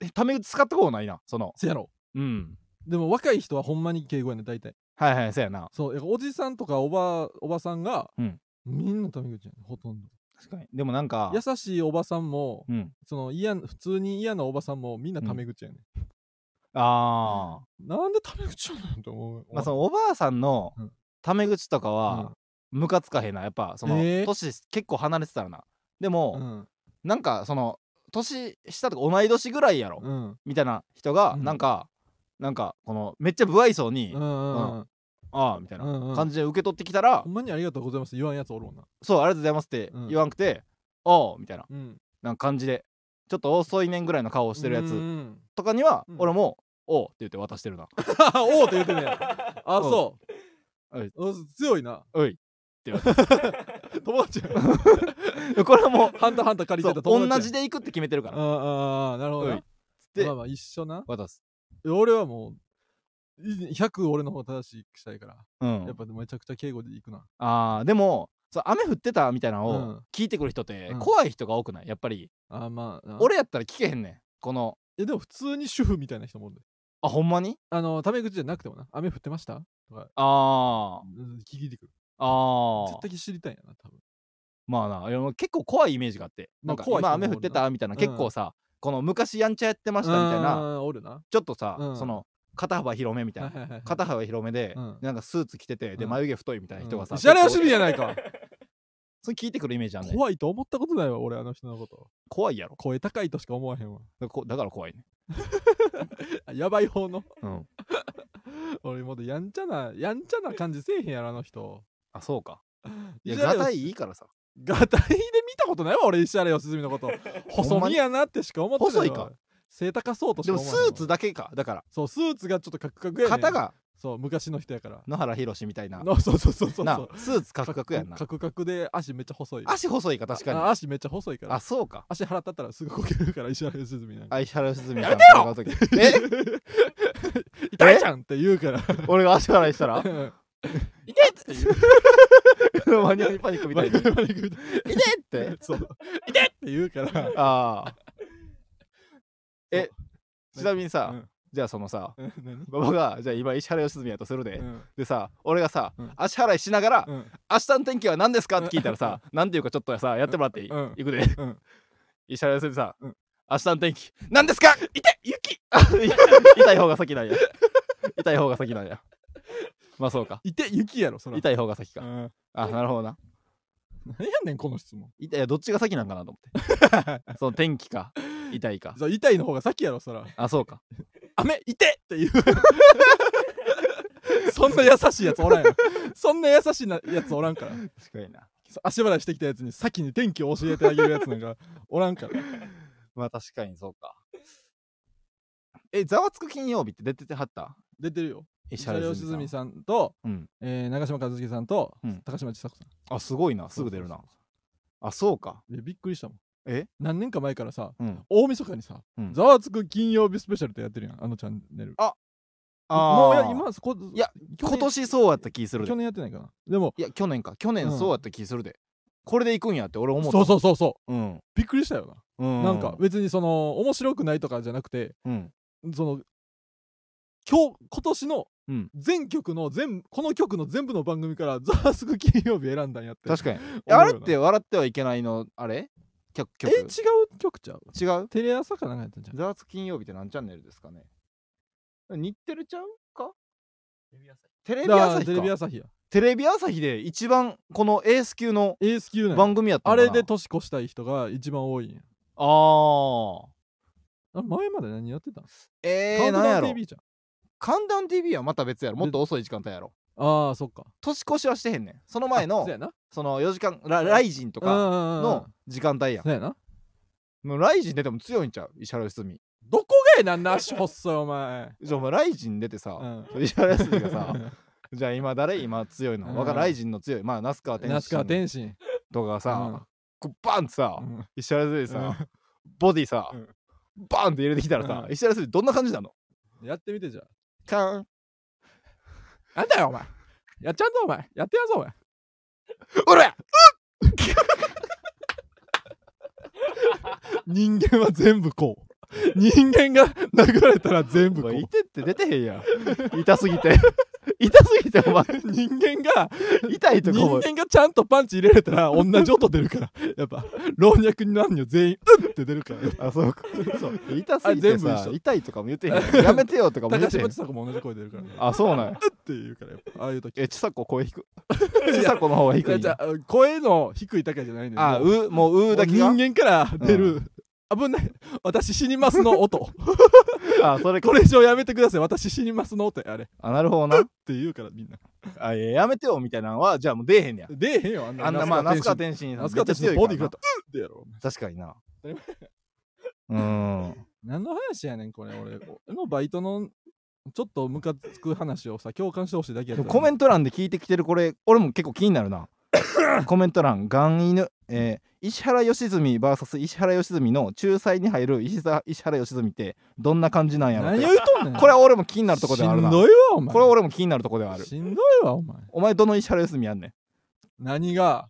えタメ口使ったことないなそのせやろうんでも若い人はほんまに敬語やねん大体はいはいそうやなそうやからおじさんとかおばおばさんが、うんみんなタメ口やねんほとんど確かにでもなんか優しいおばさんもうんその嫌普通に嫌なおばさんもみんなタメ口やねん、ああなんでタメ口やねんと思うまあそのおばあさんのうんタメ口とかはムカつかへんなやっぱそのえー年結構離れてたらなでうもんなんかその年下とか同い年ぐらいやろうんみたいな人がうんなんかなんかこのめっちゃ不愛想にうんうんああみたいうんうなんうん感じで受け取ってきたらほんまにありがとうございます言わんやつおるもんな。そうありがとうございますってうん言わんくてああみたいなうん。なんか感じでちょっと遅いねんぐらいの顔をしてるやうつん とかにはうん俺も「おう」って言って渡してるなっておうって言ってんねや。あ、うんそう。はいお強いな。おいって言わ 友達やん。 これはもうハンターハンター借りそてうた友達や同ん。じで行くって決めてるかあらあああ、なるほどおいなつっ。てまあまあ一緒な。渡す俺はもう、い100俺の方が正しくしたいから、うんやっぱめちゃくちゃ敬語でいくな。あーでもそう雨降ってたみたいなのうんを聞いてくる人ってうん怖い人が多くないやっぱりあーまあ、な俺やったら聞けへんねんこのえでも普通に主婦みたいな人もおるで。あほんまにあの、タメ口じゃなくてもな、雨降ってましたとか、あーうん聞いてくる。あー絶対知りたいんやな、多分。まあないやもう結構怖いイメージがあってまなあんか怖い人今も雨降っておるたみたいなうん結構さこの昔やんちゃやってましたみたいなな。おるな。ちょっとさうんその肩幅広めみたいはないはいはいはい肩幅広めでうんなんかスーツ着ててでうん眉毛太いみたいな人がさ石原良結構純やないか それ聞いてくるイメージあんねん怖いと思ったことないわ俺あの人のこと怖いやろ声高いとしか思わへんわだこだから怖いねあやばい方の うん俺もっとやんちゃなやんちゃな感じせえへんやろあの人あそうかいや石原ガ良タイいいからさガタイで見たことないわ俺石原良純のこと 細身やなってしか思ってないわ細いか背高そうとしでかも思わへスんわーツだけかだからそうスーツがちょっとカクカクやねん肩がそう昔の人やから野原宏みたいなの そうそうそうそうなそうスーツカクカクやんなカクカクで足めっちゃ細い足細いか確かにあ足めっちゃ細いかあらそうか足払ったったらすぐこけるから石原良純なんかあ石原良純みたやいめな戦う時え 痛いじゃんって言うから俺が足払いした ら痛いって言 うマニュアルパニックみたいにマニマニクみ たい痛いってそう痛いって言 うからああえそうちなみにさ、うんじゃあそのさうん何馬場がじゃあ今石原良純やとするで、うんでさ俺がさ、うん足払いしながら、うん明日の天気は何ですか?」って聞いたらさ何ていうかちょっとさやってもらっていい、うんいくで、うん石原良純さん、うん明日の天気何ですか痛い雪 痛い方が先 なんや痛い方が先なんやまあそうか痛い雪やろそら痛い方が先か、うんあなるほどな何やねんこの質問痛いいやどっちが先なんかなと思 ってその天気か痛いかそう痛いの方が先やろそらあそうか雨痛てっていう そんな優しいやつおらんやろそんな優しいなやつおらんから確かになそう足払いしてきたやつに先に天気を教えてあげるやつなんかおらんからまあ確かにそうかえざわつく金曜日って出ててはった出てるよ石石原良純んさんと、うんえー長嶋一茂さんと、うん高嶋ちさ子さんあすごいなすぐ出るなあそうかでびっくりしたもんえ何年か前からさうん大晦日にさう「んざわつく金曜日スペシャル」ってやってるやんあのチャンネルもあうーや今そこいや去年今年そうやった気するで去年やってないかなでもいや去年か去年うんそうやった気するで、これで行くんやって俺思ったそうそうそうそうううん、びっくりしたよなうん、なんか別にその面白くないとかじゃなくてうんその今日今年のうん全曲の全この曲の全部の番組から「ザワつく金曜日」選んだんやって確かに思うよなあれって笑ってはいけないのあれ曲曲え違う曲ちゃう違うテレ朝かなんかやったんじゃんザワつく金曜日って何チャンネルですかね日テレちゃうかテレビ朝だ日テレかビ朝日やテレビ朝日で一番このエース級のエース級なんや番組やったあのかれなで年越したい人が一番多いんやあーあ前まで何やってたの、えカウー、ント何ダやウンろ TV じゃんカウンダウン TV はまた別やろもっと遅い時間帯やろああそっか年越しはしてへんねんその前あのそうやなその4時間ラライジンとかのの時間帯やんそうやなもうライジン出ても強いんちゃう石原良純どこがやなんな足細いお前じゃあお前ライジン出てうさ、 ん石原良純がさ じゃあ今誰今強いの、うんわかるライジンの強いまあ那須川天那須川心天心とかがうさん、こうバンってさ、うん石原良純さ、ボディさ、うんバーンって入れてきたらさ、うん石原良純どんな感じなのやってみてじゃカーンあなんだよお前やっちゃうぞお前やってやるぞお前おら 人間は全部こう人間が殴られたら全部こおう前いてって出てへんやん痛すぎ て痛すぎてお前 人間が痛いとこ人も間がちゃんとパンチ入れられたら 同じ音出るからやっぱ老若男女全員「うん!」って出るからあそうかそう痛あすぎて全部一さ緒痛いとかも言ってへん やんやめてよとかも言高ってへ橋ん千佐子も同じ声出るからねあそうなんやっていうからやっぱああいう時えちさ子声低くちさ子の方が低いんやじゃあ声の低い高いじゃないんだあうもううだけ人が間から出る、危ない私死にますの音あそれこれ以上やめてください私死にますの音やあれっあなるほどなて言うからみんなあいややめてよみたいなのはじゃあもう出えへんねや出えへんよあんなあんなまあ那須川天天心心さん那須川天心めのっちゃ強いボディーかがらうってやろな確かにな当たりうーん何の話やねんこれ俺俺のバイトのちょっとムカつく話をさ共感してほしいだけやでもコメンント欄で聞いてきてるこれ俺も結構気になるな コメント欄「ガン犬」えー石原良純 VS 石原良純の仲裁に入る石沢石原良純ってどんな感じなんやろっ何をて言うとんねんこれは俺も気になるとこではあるなしんどいこわお前れは俺も気になるとこではあるしんどいわお前お前どの石原良純やんねん何が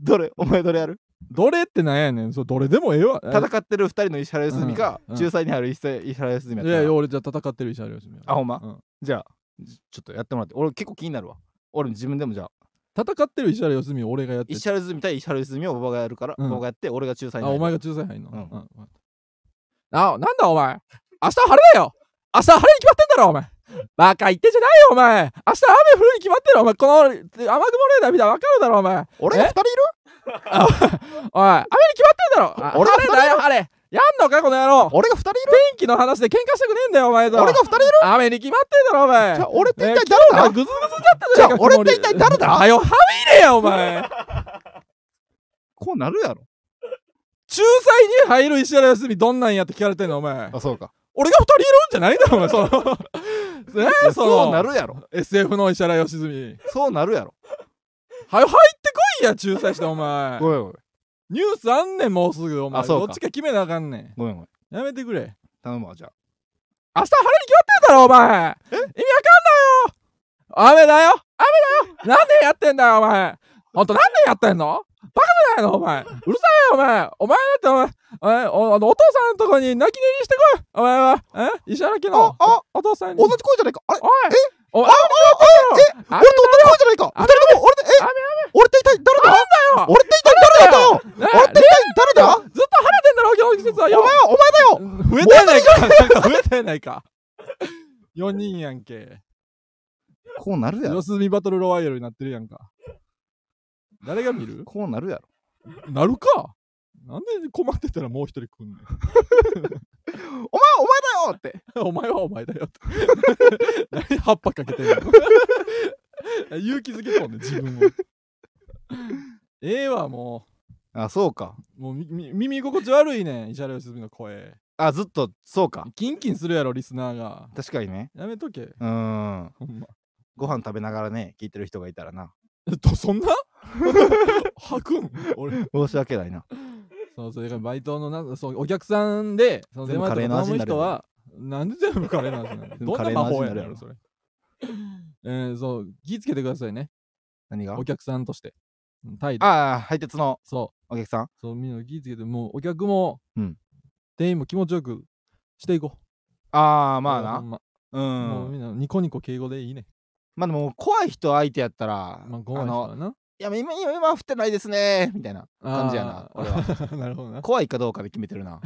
どれお前どれやるどれってなんやねんそうどれでもええわ戦ってる二人の石原良純か、うんうん仲裁に入る石原良純やっいたらやいや俺じゃあ戦ってる石原良純あほんまうんじゃあじちょっとやってもらって俺結構気になるわ俺自分でもじゃあ戦ってる石原良純を俺がやって石原良純対石原良純を馬場がやるから、うん馬場がやって俺が仲裁にあ、入るお前が仲裁入んの、うんうんななんだお前明日晴れだよ明日晴れに決まってんだろお前バカ言ってんじゃないよお前明日雨降るに決まってるお前この雨雲レーダー見たら分かるだろお前おい俺が二人いる雨に決まってんだろあ俺は晴れだよ晴れやんのかこの野郎俺が二人いる天気の話で喧嘩したくねえんだよお前と俺が二人いる雨に決まってんだろお前じゃあ俺って一え体ー誰だグズグズだったじじゃゃねあえか俺って一体誰だはよはみれやお前仲こうなるやろ裁に入る石原良純どんなんやって聞かれてんのお前あそうか俺が二人いるんじゃないんだろお前そいのねや えそのそうなるやろ SF の石原良純はそうなるやろ よ入ってこいや仲裁してお前ごめんごめんニュースあんねんもうすぐお前あそうどかっちか決めなあかんねんごめんごめんやめてくれ頼むわじゃあ明日晴れに決まってんだろお前意味わかんないよ雨だよ雨だよ何年やってんだよお前ほんと何年やってんのバカじゃないのお前うるさいよお前お前だってお前お前おあのお父さんのとこに泣き寝入りしてこいお前はえ石原家のああおお父さんに同じ声じゃないかあれおいおあえ俺と同じ声じゃないか二人とも俺でえ俺って一体誰だだよ俺って一体誰だよね俺って一体誰だずっと晴れてんだろ今日の季節はお前よはお前だよ増えたやないかなん か増えたやないか4人やんけこうなるやろ四隅バトルロワイヤルになってるやんか誰が見るこうなるやろなるかなんで困ってたらもう一人来んねんお前お前だよって お前はお前だよって 何葉っぱかけてん の勇気づけとんねん自分をええわもあそうかうもうみみ耳心地悪いねん石原良純の声あずっとそうかキンキンするやろリスナーが確かにねやめとけうーんほんまご飯食べながらね聞いてる人がいたらな えっとそんな吐くん俺申し訳ないなそうそれがバイトのなそうお客さんでその出全部前とカレーかの味頼にむなる人よねはなんで全部カレーの味なの部どんカなレー魔の味法にやなるやろねんそれえー、そう気ぃつけてくださいね何がお客さんとしてうん態度ああ配達のそお客さんうそうみんな気ぃつけてもうお客も、うん店員も気持ちよくしていこうああまあほなんまうもうんみんなニコニコ敬語でいいねまあでも怖い人相手やったら、まあごめあんのないや今今今は降ってないですねみたいな感じやなあー俺は なるほ どな怖いかどうかで決めてる な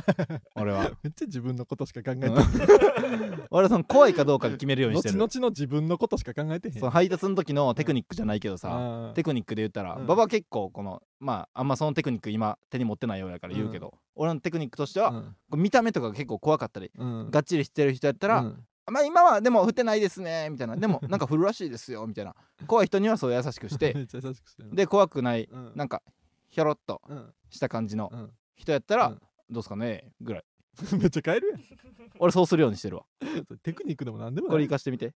俺はめっちゃ自分のことしか考えてうなんい 俺はその怖いかどうかで決めるようにして後る々の自分のことしか考えてへんその配達の時のテクニックじゃないけどさあーテクニックで言ったらうん馬場、結構このまああんまそのテクニック今手に持ってないようやから言うけど、俺のテクニックとしては、こう見た目とかが結構怖かったりうんうんがっちりしてる人やったら、うんまあ今はでも降ってないですねみたいなでもなんか降るらしいですよみたいな怖い人にはそう優しくし てめっちゃ優しくしてるで怖くないうんなんかひょろっとうんした感じのうん人やったら、うんどうすかねぐらいめっちゃ変えるやん 俺そうするようにしてるわそれテクニックでもなんでもこなれい生かしてみて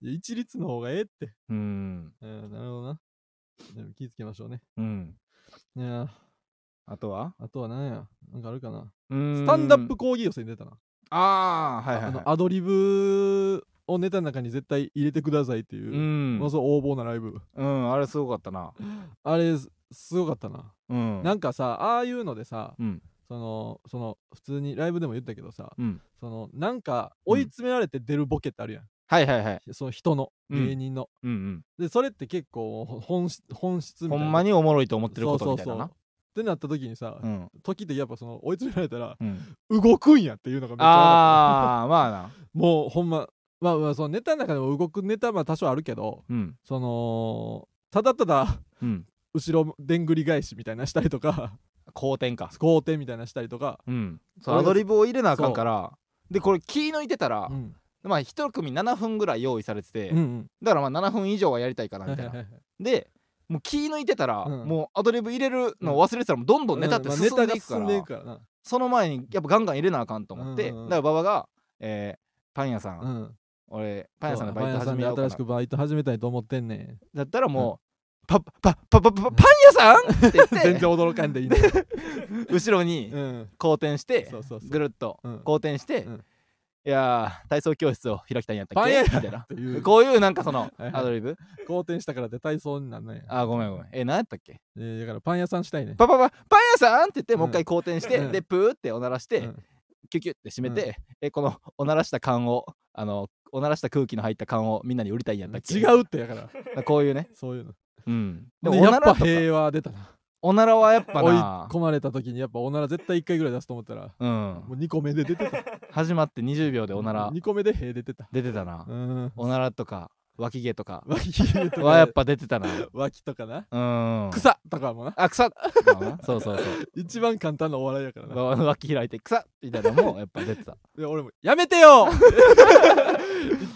いや一律の方がええってうーんうんなるほどなでも気ぃつけましょうねうんいやーあとはあとは何やなんかあるかなうーんスタンダップ講義予選出たなああはいはい、あはいの、アドリブをネタの中に絶対入れてくださいっていうう、んものすごい横暴なライブうんあれすごかったなあれすすごかったな、うんなんかさああいうのでさうんそのその普通にライブでも言ったけどさうんそのなんか追い詰められて出るボケってあるやん、はいはいはいその人のうん芸人の、うんでそれって結構ほ本質本質うみんたほいなんまににおもろいと思ってることみたいなそうそうなそうってなった時にさ、うん時ってやっぱその追い詰められたらうん動くんやっていうのがめっちゃ分かっああまあなたもうほんままあまあそのネタの中でも動くネタは多少あるけどうんそのただただうん後ろでんぐり返しみたいなしたり とか好転か好転みたいなしたりとか、うんそう俺アがドリブを入れなあかんからでこれ気抜いてたらう、んまあ一組7分ぐらい用意されてて、うんうん、だからまあ7分以上はやりたいかなはいみはたいいなはいでもう気抜いてたら、うんもうアドリブ入れるのを忘れてたらもうどんどんネタってうん進んでいくかまあネタが進んら、でいくからな、その前にやっぱガンガン入れなあかんと思って、うんうんうんだから馬場が、えーパン屋さん、うん、俺パン屋さんでそうバイト始めようパン屋さんでか新なしくバイト始めたいと思ってんね んだったらもう、パパパパパパパン屋さんって言っ全て然驚かんでいいね、後ろにうん、好転して、 そうそうそうぐるっとうん好転して、うんいやー体操教室を開きたいんやったっパンけ屋みやたいなっていうこういうなんかそのいはいアドリブ好転したからって体操になんないあーごめんごめんえー、何やったっけえーだからパン屋さんしたいねパパパパン屋さんって言ってうんもう一回好転して、うんでプーっておならして、うんキュキュって閉めて、えこのおならした缶をあのおならした空気の入った缶をみんなに売りたいんやったっけ違うってやからこういうねそういうのうんででもおやなっぱらとか平和出たなおならはやっぱ追いな込まれた時にやっぱおなら絶対1回ぐらい出すと思ったらうんもう2個目で出てた始まって20秒で おなら2個目で平出てた出てたな、うんおならとか脇毛とか脇とかはやっぱ出てたな脇とかなうん草とかもなあ草っそうそうそう一番簡単なお笑いやからなわ脇開いて草みたいなのもやっぱ出 てたで俺もやめて よ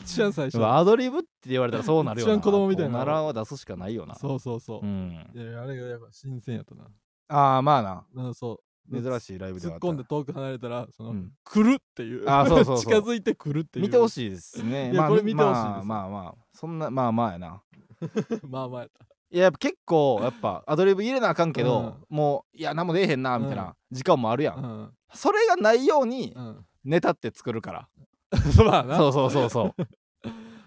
一番最初でもアドリブって言われたらそうなるよな一番子供みたいなおならは出すしかないよなそうそうそうう、んいやあれがやっぱ新鮮やったなああまあなうんそう珍しいライブで突はっあ込んでた遠く離れたらその、うん来るっていうあーそうそうそう 近づいて来るっていう見てほいしいですねいやまあこれ見てほしいでまあすまあまあそんなまあまあやなまあまあやったいややっぱ結構やっぱアドリブ入れなあかんけどもういや何も出えへんなみたいな時間もあるやうんんそれがないようにうん ネタって作るからそうまあなそうそうそう そう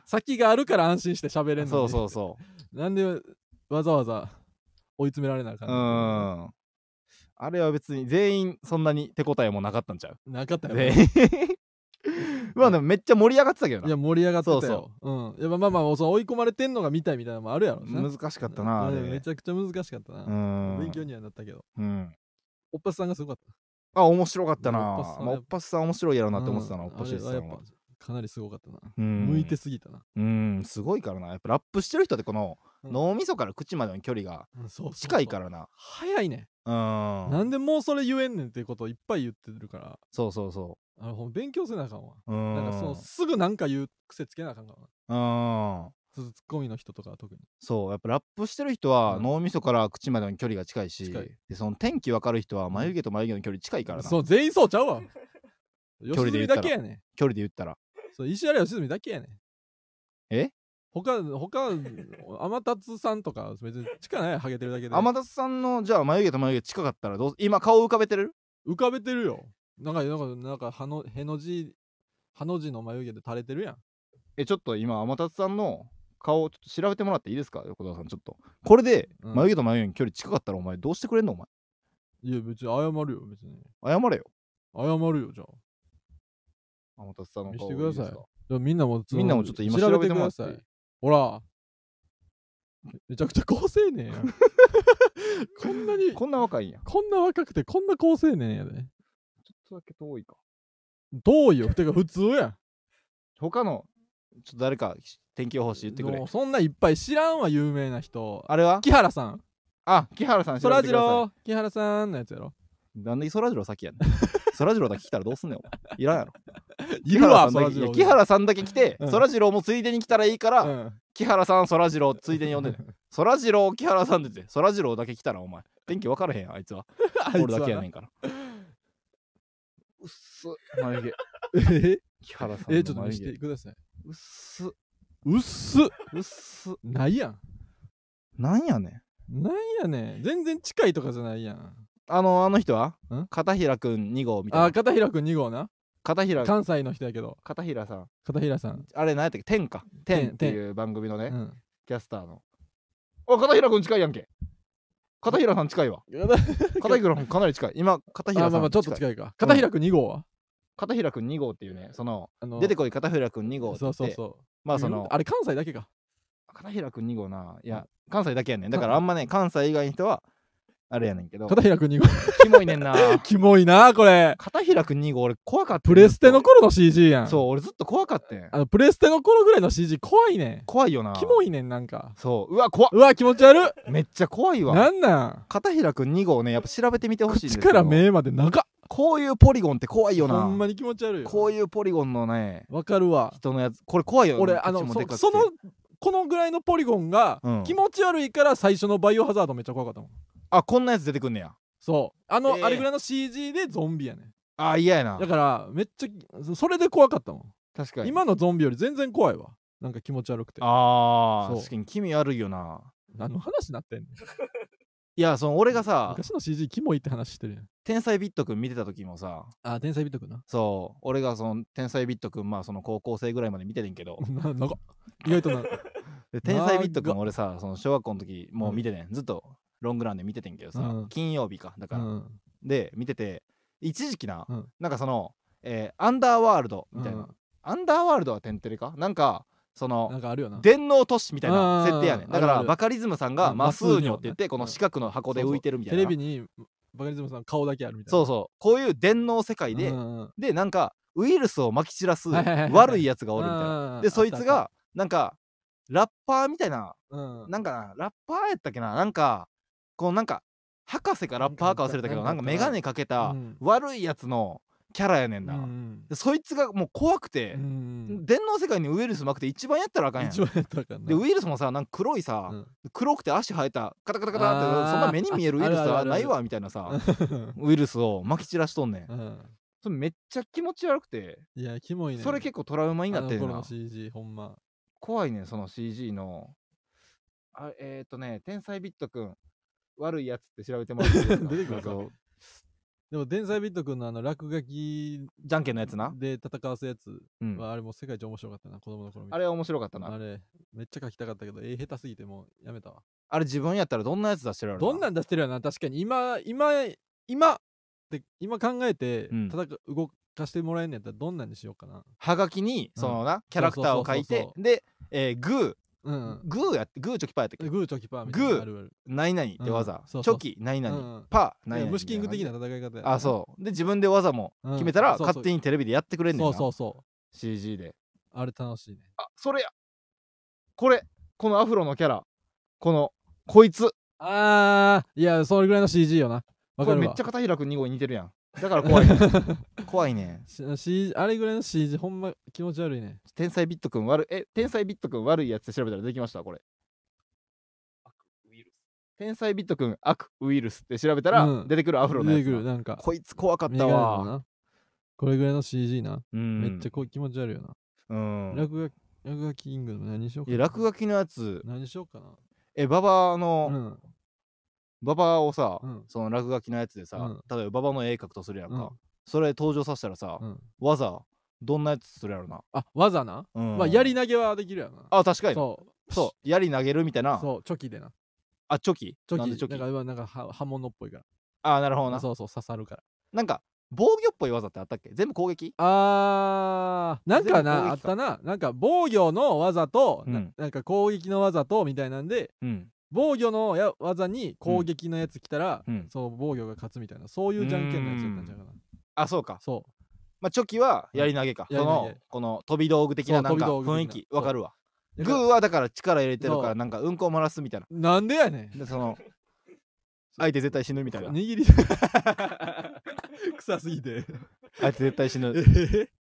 先があるから安心して喋れんのにそうそうそうなんでわざわざ追い詰められなあかうんのんあれは別に全員そんなに手応えもなかったんちゃうなかったよ、でね、 まあでもめっちゃ盛り上がってたけど いなや盛り上がってたよそううん、やっぱまあまあその追い込まれてんのが見たいみたいなのもあるやろうしな難しかったなあうんめれちゃくちゃ難しかったうな、勉ん強にはなったけどうんおっぱっさんがすごかっあ面白かったなおっぱっさんまあおっぱっさん面白いやろたなって思ってたなおっぱっしうゅうんあされはんやはっぱかなりすごかったな、うん向いてすぎたな、うんすごいからなやっぱラップしてる人ってこのうん脳みそから口までの距離がうんそうそうそう近いからな早いね、うんなんでもうそれ言えんねんってことをいっぱい言ってるからそうそうそあのほんま勉強せなあかんわ、ううんなんかそのすぐなんか言う癖つけなあかんからなうんツッコミの人とかは特にそうやっぱラップしてる人はうん脳みそから口までの距離が近いし、近いでその天気わかる人は眉毛と眉毛の距離近いからな、そう全員そうちゃ うわ良離で言純っただらけやねん距離で言ったらそう石原良純だけやねんえ他他天達さんとか別に力ないやんハゲてるだけで天達さんのじゃあ眉毛と眉毛近かったらどうす今顔浮かべてる浮かべてるよなんかなんかなんかはのへの字はの字の眉毛で垂れてるやんえちょっと今天達さんの顔をちょっと調べてもらっていいですか横田さんちょっとこれでうん眉毛と眉毛の距離近かったらお前どうしてくれんのおいや別に謝るよ別に前謝れよ謝るよじゃあ天達さんの見せ顔てくださいいいですかじゃあみんなもそのみんなもちょっと今調べてもらって調べくださいほらめちゃくちゃ高青 年やんこんなにこんな若いんやちょこんな若くてこんな高青年やでっとだけ遠いかどうよてか普通やん他のちょっと誰か天気予報士言ってくれもうそんないっぱい知らんわ有名な人あれは木原さんあ木原さん調そべらてジくださロー木原さんのやつやろいなんでそらジロー先やねん そらジローだけ来たらどうすんねんお前いらんやろいるわ木原さんだそけらジいローや木原さんだけ来てうんそらジローもついでに来たらいいから、うん木原さんそらジローついでに呼んでねそらジロー木原さんって言ってそらジローだけ来たらお前天気分からへんやんあいつは あいつ俺はだけやなねんからうっす眉毛え木原さんえちょのっと見せ眉て毛くださいうっすうっすうっすないやんなんやねんなんやねん全然近いとかじゃないやんあのあの人はん片平くん2号みたいあな片平くん2号な片平関西の人やけど片平さん片平さん、あれ何やったっけ天か天天っていう番組のうねん、キャスターのあ片平くん近いやんけ片平さん近 いわ片平くんかなり近い今片平あさんまあまあちょっと近いか片平くん2号は、片平くん2号っていうねそのあの出てこい片平くん2号ってそ言うってそうそうまあそのあれ関西だけか片平くん2号ないや関西だけやねんだからあんまね関西以外の人はあれやねんけど片平くん2号キモいねんな キモいなこれ 片平くん2号俺怖かったプレステのずっ頃の CG やとんそう俺ずっと怖かったんあのプレステの頃ぐらいの CG 怖いね怖いよなんキモいねんなんかそううわ怖っうわ気持ち悪っめっちゃ怖いわなんなん片平くん2号ねやっぱ調べてみてほしいんです口けどから目まで長っこういうポリゴンって怖いよなほんまに気持ち悪いよこういうポリゴンのねわかるわ人のやつこれ怖いよ俺口あのもそでかくてそのこのぐらいのポリゴンがうん気持ち悪いから最初のバイオハザードめっちゃ怖かったもんあこんなやつ出てくんねやそうあの、ええあれぐらいの CG でゾンビやねんあ嫌やなだからめっちゃそれで怖かったもん、確かに今のゾンビより全然怖いわなんか気持ち悪くてああそう確かに気味悪いよな何の話なってんのいやその俺がさ昔の CG キモいって話してるやん「天才ビットくん」見てた時もさあ天才ビットくんなそう俺がその「天才ビットくん」まあその高校生ぐらいまで見ててんけどな長っ意外と なで天才ビットく長んっ俺さその小学校の時もう見ててんずっとロングランで見ててんけどさ、うん金曜日かだうから、んで見てて一時期な、うんなんかその、えーアンダーワールドみたいな、うんアンダーワールドはテンテレかなんかそのなんかあるよな電脳都市みたいなあー設定やねんだかあるあらるバカリズムさんがうんマスーニョって言っマスーニョてこの四角の箱で浮いてるみたいテなレビにバカリズムさんの顔だけあるみたいなそうそうこういう電脳世界でうんうんでなんかウイルスをまき散らすはいはいはいはい悪いやつがおるみたいななでそいつがなんかラッパーみたいななんかなラッパーやったっけななんかこうなんか博士かラッパーか忘れたけどななんんかか眼鏡かけたうん悪いやつのキャラやねんな、でそいつがもう怖くて、電脳世界にウイルスまくて一番やったらあかんやん一番やったからなでウイルスもさなんか黒いさ、うん黒くて足生えたカタカタカタっあーてそんな目に見えるウイルスああるあるあはるないわみたいな さウイルスをまき散らしとんねんうんそれめっちゃ気持ち悪くていやキモいねそれ結構トラウマになってあるの頃なの CG ほんま怖いねんその CG のあえっ、ー、とね「天才ビットくん悪いやつ」って調べてもらっていいですか 出てくるか画像でも天才ビットくんのあの落書きじゃんけんのやつな、で戦わすやつうんはあれもう世界一面白かったな子供の頃見てあれは面白かったなあれめっちゃ書きたかったけど絵下手すぎてもうやめたわあれ自分やったらどんなやつ出してるやろどんなん出してるよな確かに今今今って今考えてうん戦う動かしてもらえんのやったらどんなんにしようかなはがきにそのな、キャラクターを書いそうてそうそうで、えーグーうんグーやってグーチョキパーやったっけうんグーチョキパーみたいなグーあるある何々って技、うんそうチそうョキ何々、うんうんパーい何や々虫キング的みたいな戦い方やなあそうで自分で技も決めたうらんそうそう勝手にテレビでやってくれんねんそなうそうそう CG であれ楽しいねあそれやこれこのアフロのキャラこのこいつあーいやそれぐらいの CG よなわこかれるめっわちゃ片平君2号に似てるやんだから怖いね ん怖いねん C あれぐらいの CG ほんま気持ち悪いね天才ビット君悪いえ天才ビット君悪いやつで調べたらできましたこれウイル天才ビット君悪ウイルスって調べたらうん出てくるアフロのや出つてくな、るなんかこいつ怖かっメたガネのわなこれぐらいの CG な、うんめっちゃこう気持ち悪いよな、うん落書落書きキングの何しよういやかな落書きのやつ何しようかえババなの、うんババをさ、うんその落書きのやつでさ、うん例えばババの絵描くとするやんか、うんそれ登場させたらさ、うんわざどんなやつするやろな、あ技な、うんまあやり投げはできるやろなあ確かにそうそうやり投げるみたいなそうチョキでなあチョキチョなんキでチョキなんかなんかは刃物っぽいかあなるほどらなそうそう刺さるからなんか防御っぽい技ってあったっけ全部攻撃あーなんか全部な攻あ撃っかたななんか防御の技と、なうんなんか攻撃の技とみたいなんでうん防御のや技に攻撃のやつ来たら、うんそう防御が勝つみたいなそういうじゃんけんのやつだったんじゃないかなあそうか、そうまあ、チョキはやり投げか、うんそやりの投げこの飛び道具的ななそんうか飛び道雰具囲的な気そうわかるわだグからーはだから力入れてるかそらうなんかうんこを漏らすみたいななんでやねんでそ の相手絶対死ぬみたいな握り臭すぎ て相手絶対死 ぬ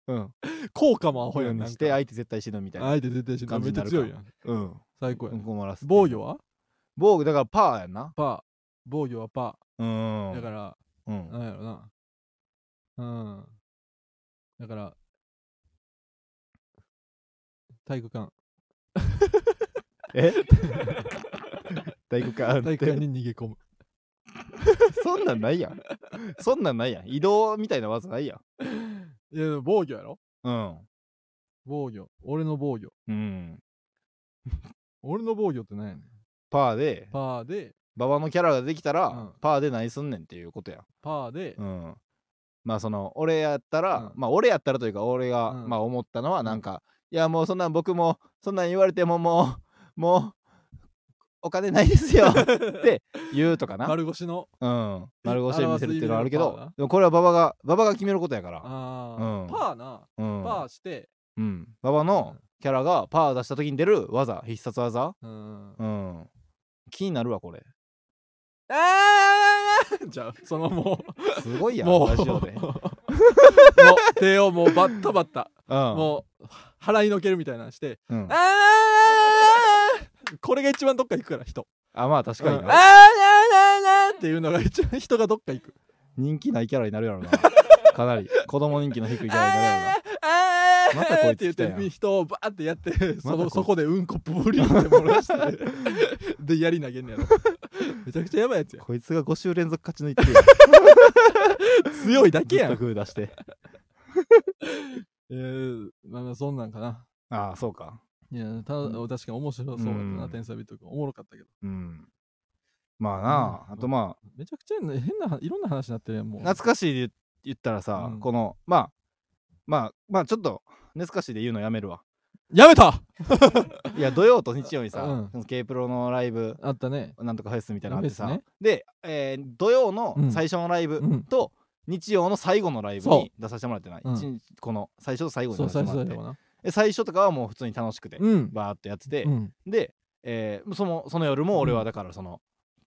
うん効果もアこホういうやようんになんしてか相手絶対死ぬみたいな相手絶対死ぬ感じめっにちなゃる強いやんうん最高やうんんこ漏らす防御は防御だからパーやんなパー防御はパうんーだからうんなんやろなうんだから体 育館 え体育館体育館に逃げ込む そんなんないやんそんなんないやん移動みたいな技ないやんいやでも防御やろうん防御俺の防御うん俺の防御って何やねんパーでパーで馬場のキャラができたら、うんパーで何すんねんっていうことやパーで、うんまあその俺やったら、うんまあ俺やったらというか俺が、うんまあ思ったのはなんか、いやもうそんなん僕もそんなん言われてももうもうお金ないです よって言うとかな丸腰のうん、丸腰で見せるっていうのはあるけ表す意ど味のパーなでもこれは馬場が馬場が決めることやからあうんーパーなうんパーしてうん馬場のキャラがパー出した時に出る技必殺技うんうん気になるわこれああじゃあそのもすごいうやんもうラジオでもう手をもうバッタバッタうんもう払いのけるみたいなのしてうんあーこれが一番どっか行くから人あまあ確かにうんあーあーなあーあーっていうのが一番人がどっか行く人気ないキャラになるやろなかなり子供人気の低いキャラになるやろなあーあーまたこいつって言っ来たやんて人をバーってやってそまたこいのつそこでうんこぶりって漏らしてでやり投げんねやろめちゃくちゃやばいやつ やこいつが5週連続勝ち抜いてるやん 強いだけずっやとんグー出してえー、まあまあそんなんかなああそうかいやただ、う確かに面白そうやったな、うん天才ビット君おもろかったけどうんまあなあ、うんあとまあめちゃくちゃ変ないろんな話になってるやんもう懐かしいで言ったらさ、うんこのまあまあまあちょっと懐かしいで言うのやめるわやめたいや土曜と日曜にさ、うんその K プロのライブあった ねなんとかフェスみたいなのあってさ、フェスねで、えー土曜のうん最初のライブうんと日曜の最後のライブそに出させてもらってない、うん一日この最初と最後にそ出うさ最せてもらっ初だてよなで最初とかはもう普通に楽しくて、うんバーってやってて、うんで、えーそのその夜も俺はだからその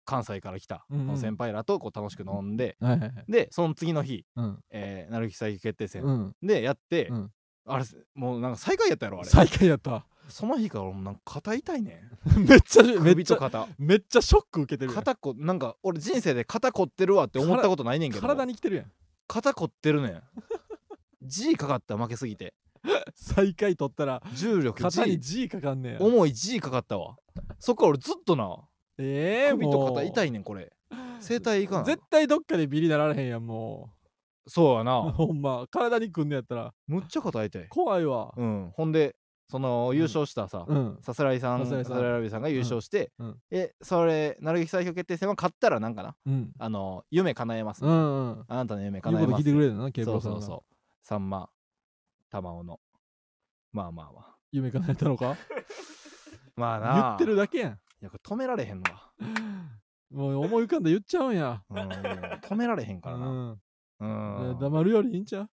関西から来た、うんうんこの先輩らとこう楽しく飲んで、はいはいはいでその次の日、うんえー、なるき最決定戦、うんでやって、うんあれもうなんか最下位やったやろあれ最下位やったその日から俺もなんか肩痛いねめっちゃめっ首ちとゃ肩めっちゃショック受けてるやん肩こなんか俺人生で肩こってるわって思ったことないねんけど体に来てるやん肩こってるねん G かかった負けすぎて最下位取ったら重力肩に G G かかんねや重い G かかったわそっから俺ずっとなええ首と肩痛いいねんこれ整体いかない絶対どっかでビリなられへんやんもそうやう なほんま体に来んねやったらむっちゃ肩痛い怖いわうんほんでその優勝したさうんさすらいさんさすらさいすさんらいラビーさんが優勝してうんうんえそれなる劇最強決定戦は勝ったらなんかなうんあの夢叶えますうんうんあなたの夢言う叶こえとま聞いすてくれるなケーブそうそルさんがうそうさんま玉緒のまあまあまあ夢叶えたのかまあ言なってるだけやんいやこれ止められへんわ、もう思い浮かんだ言っちゃうんやうん止められへんからな うんういやん黙るよりいいんちゃう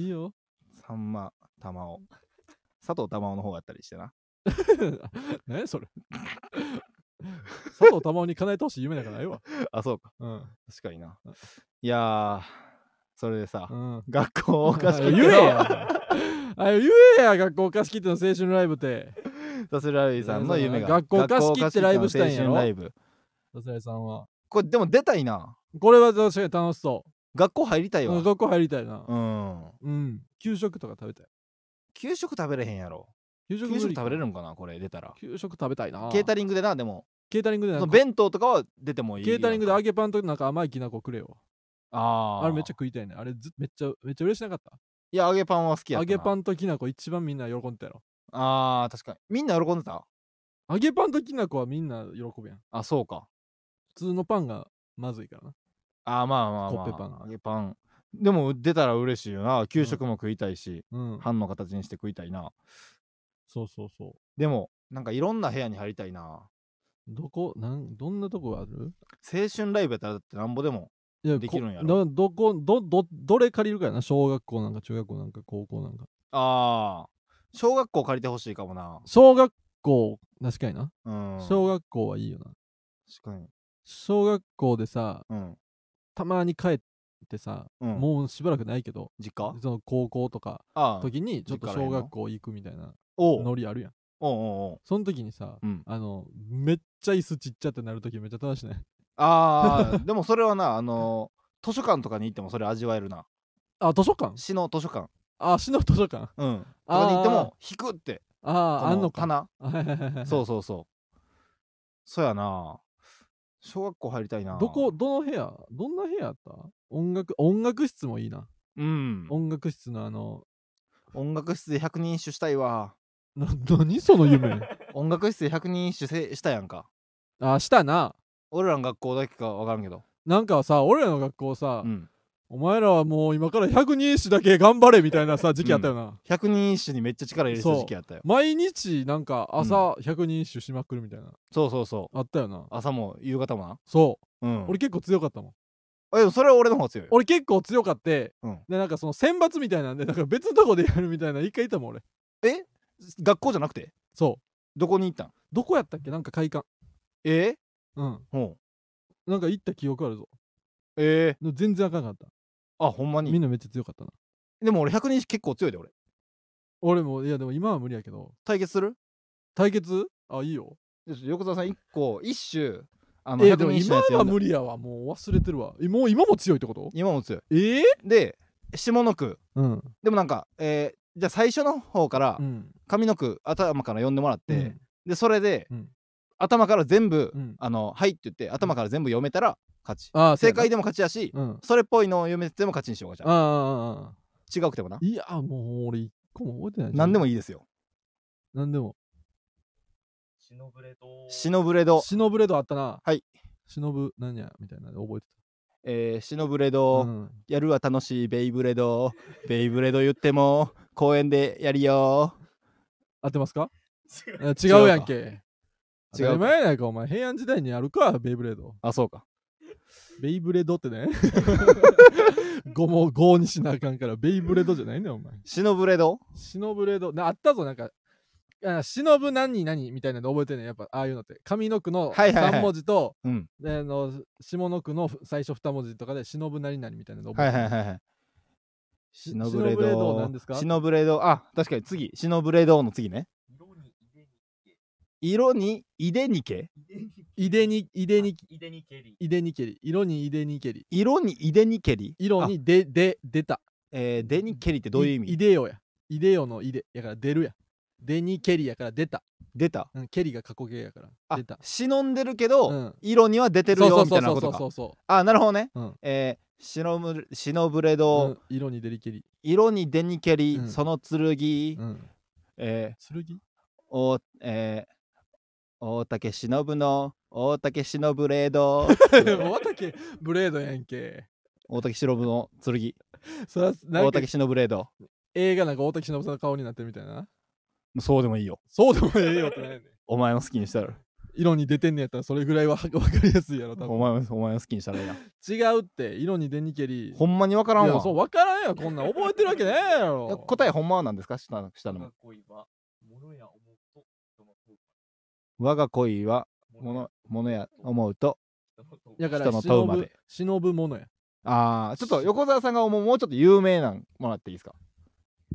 いいよ さんま玉 緒佐藤玉緒の方やったりしてな何やそれ 佐藤珠緒に叶えてほしい夢だからええわ。あそうかうん。確かにないやーそれでさ、うん。学校を貸し切って 言えのや。あ言えや、学校貸し切っての青春ライブって。 さすらいさんの夢が学校貸し切ってライブしたんや学校貸切っての青ろ春ライブさすらいさんは。これでも出たいなこれは確かに楽しそ。学校入りたいうわうん学校入りたいな。うんうん。給食とか食べたい。給食食べれへんやろ給食給食食べれるるんかなこれ出たら給食食べたいな。ケータリング。リングでなでもケータリングでそなんのか弁当とかは出てもいいケータリングで揚あげパンとなんか甘いきな粉くれよ。あーあれめっちゃ食いたいね。あれずめっちゃめっちゃ嬉しなかった。いや揚げパンは好きやっ揚たなげパンときな粉一番みんな喜んでたやろ。あー確かにみんな喜んでた揚げパンときな粉はみんな喜ぶやん。あそうか普通のパンがまずいからな。あーまあまあまあコッペパン揚げパンでも出たら嬉しいよな給食も食いたいし、うん。パンの形にして食いたいなそうそうそう。でもなんかいろんな部屋に入りたいなどこなんどんなとこがある青春ライブやったらだってなんぼでもいやできるんやろこなどこどどどれ借りるかやな小学校なんか中学校なんか高校なんかああ小学校借りてほしいかもな小学校確かにな、うん小学校はいいよな確かに小学校でさうんたまに帰ってさ、うんもうしばらくないけど実家その高校とかああ時にちょっと実家らへん小の学校行くみたいなおうおうノリあるやんおうおうその時にさうんあのめっちゃ椅子ちっちゃってなる時めっちゃ楽しいねあ あでもそれはなあの図書館とかに行ってもそれ味わえるなあ図書館市の図書館あ市の図書館うんとあーかに行っても引くってああこあんのか棚うそうそうそうそうやな小学校入りたいなどこどの部屋どんな部屋あった音楽音楽室もいいなうん音楽室のあの音楽室で100人一首したいわな何その夢 音楽室で100人一首せしたやんかあしたな俺らの学校だけか分からんけどなんかさ俺らの学校さ、うんお前らはもう今から100人一首だけ頑張れみたいなさ時期あったよな、 100人一首にめっちゃ力入れてた時期やったよ毎日なんか朝100人一首しまくるみたいな、そうそうそうあったよな朝も夕方もなそうんう俺結構強かったもんあでもそれは俺の方が強いよ俺結構強かって、うんでなんかその選抜みたいなんでなんか別のとこでやるみたいな一回いたもん俺学校じゃなくてそうどこに行ったんどこやったっけなんか会館えうんほなんか行った記憶あるぞうえでも全然あかんかったー、あほんまみにんなめっちゃ強かったなでも俺100人結構強いで俺俺もいやでも今は無理やけど対決する対決あいいよよし横澤さん1個一首あのえ100でも人一首の今やつ読はんだ無理やわもう忘れてるわえもう今も強いってこと今も強いええで下の句うんでもなんかえーじゃあ最初の方からうん上の句頭から読んでもらって、うんでそれで、うん頭から全部、うんあの「はい」って言って頭から全部読めたら勝ち、ああ正解でも勝ちやし、うんあそれっぽいのを読めても勝ちにしようかじあゃああああ違うくてもなあいやもう俺一個も覚えてない何でもいいいいですよ何でもシノブレとシノブレド忍ぶレドあったなはい忍ぶ何やみたいなの覚えてえー、シノブレたド、うんやるは楽しいベイブレドベイブレド言っても公園でやりよ合ってますか違うあ違うやんけ違う違うか前やないかお前平安時代にあるかベイブレードあそうかベイブレードっ てね語も語にしなあかんからベイブレードじゃないねお前シノブレド忍ぶレードなあったぞなんかあ忍ぶ何々みたいなの覚えてんねんやっぱああいうのって上の句のはいはいはい3文字と、うんであの下の句の最初2文字とかで忍ぶ何々みたいなの覚はえいはいてんねんはいはいしシノブレシノブレドド何ですかシノブレドあ確かに次シノブレドの次ね色にいで色にいでににけいでにいでにいでにいでにけりいでにけり色にいでにけり色にいでにけり色にでで出たえー、デニケリってどういう意味いでよやいでよのいでやから出るやでにけりやから出た、出たうん、けりが過去形やからあ出た忍んでるけど、うん色には出てるそうそようみそたいうなそうことそうかそうそあなるほどね、うんえー、しのぶしのぶれう、ど、うん、色にでりけり、色に出にけり、うんその剣、うん、え剣ー、おえー、大竹しのぶの大竹しのぶれ ど 大竹ブレードやんけ大竹しのぶの剣そらなん大か竹しのぶれど映画なんか大竹しのぶさんの顔になってるみたいなそうでもいいよそうでもええよってなんやねんお前の好きにしたら色に出てんねやったらそれぐらいは分かりやすいやろ多お分前のお前の好きにしたらいいな違うって色に出にけりほんまにわからいんやわそう分からんよこんなん覚えてるわけねえやいやろ答えほんまは何ですか下の下我のが恋は物や思うと人の方我が恋はものものや思うとだから人の忍問うまぶで忍ぶものや、ああちょっと横澤さんが思うもうちょっと有名なんもらっていいですか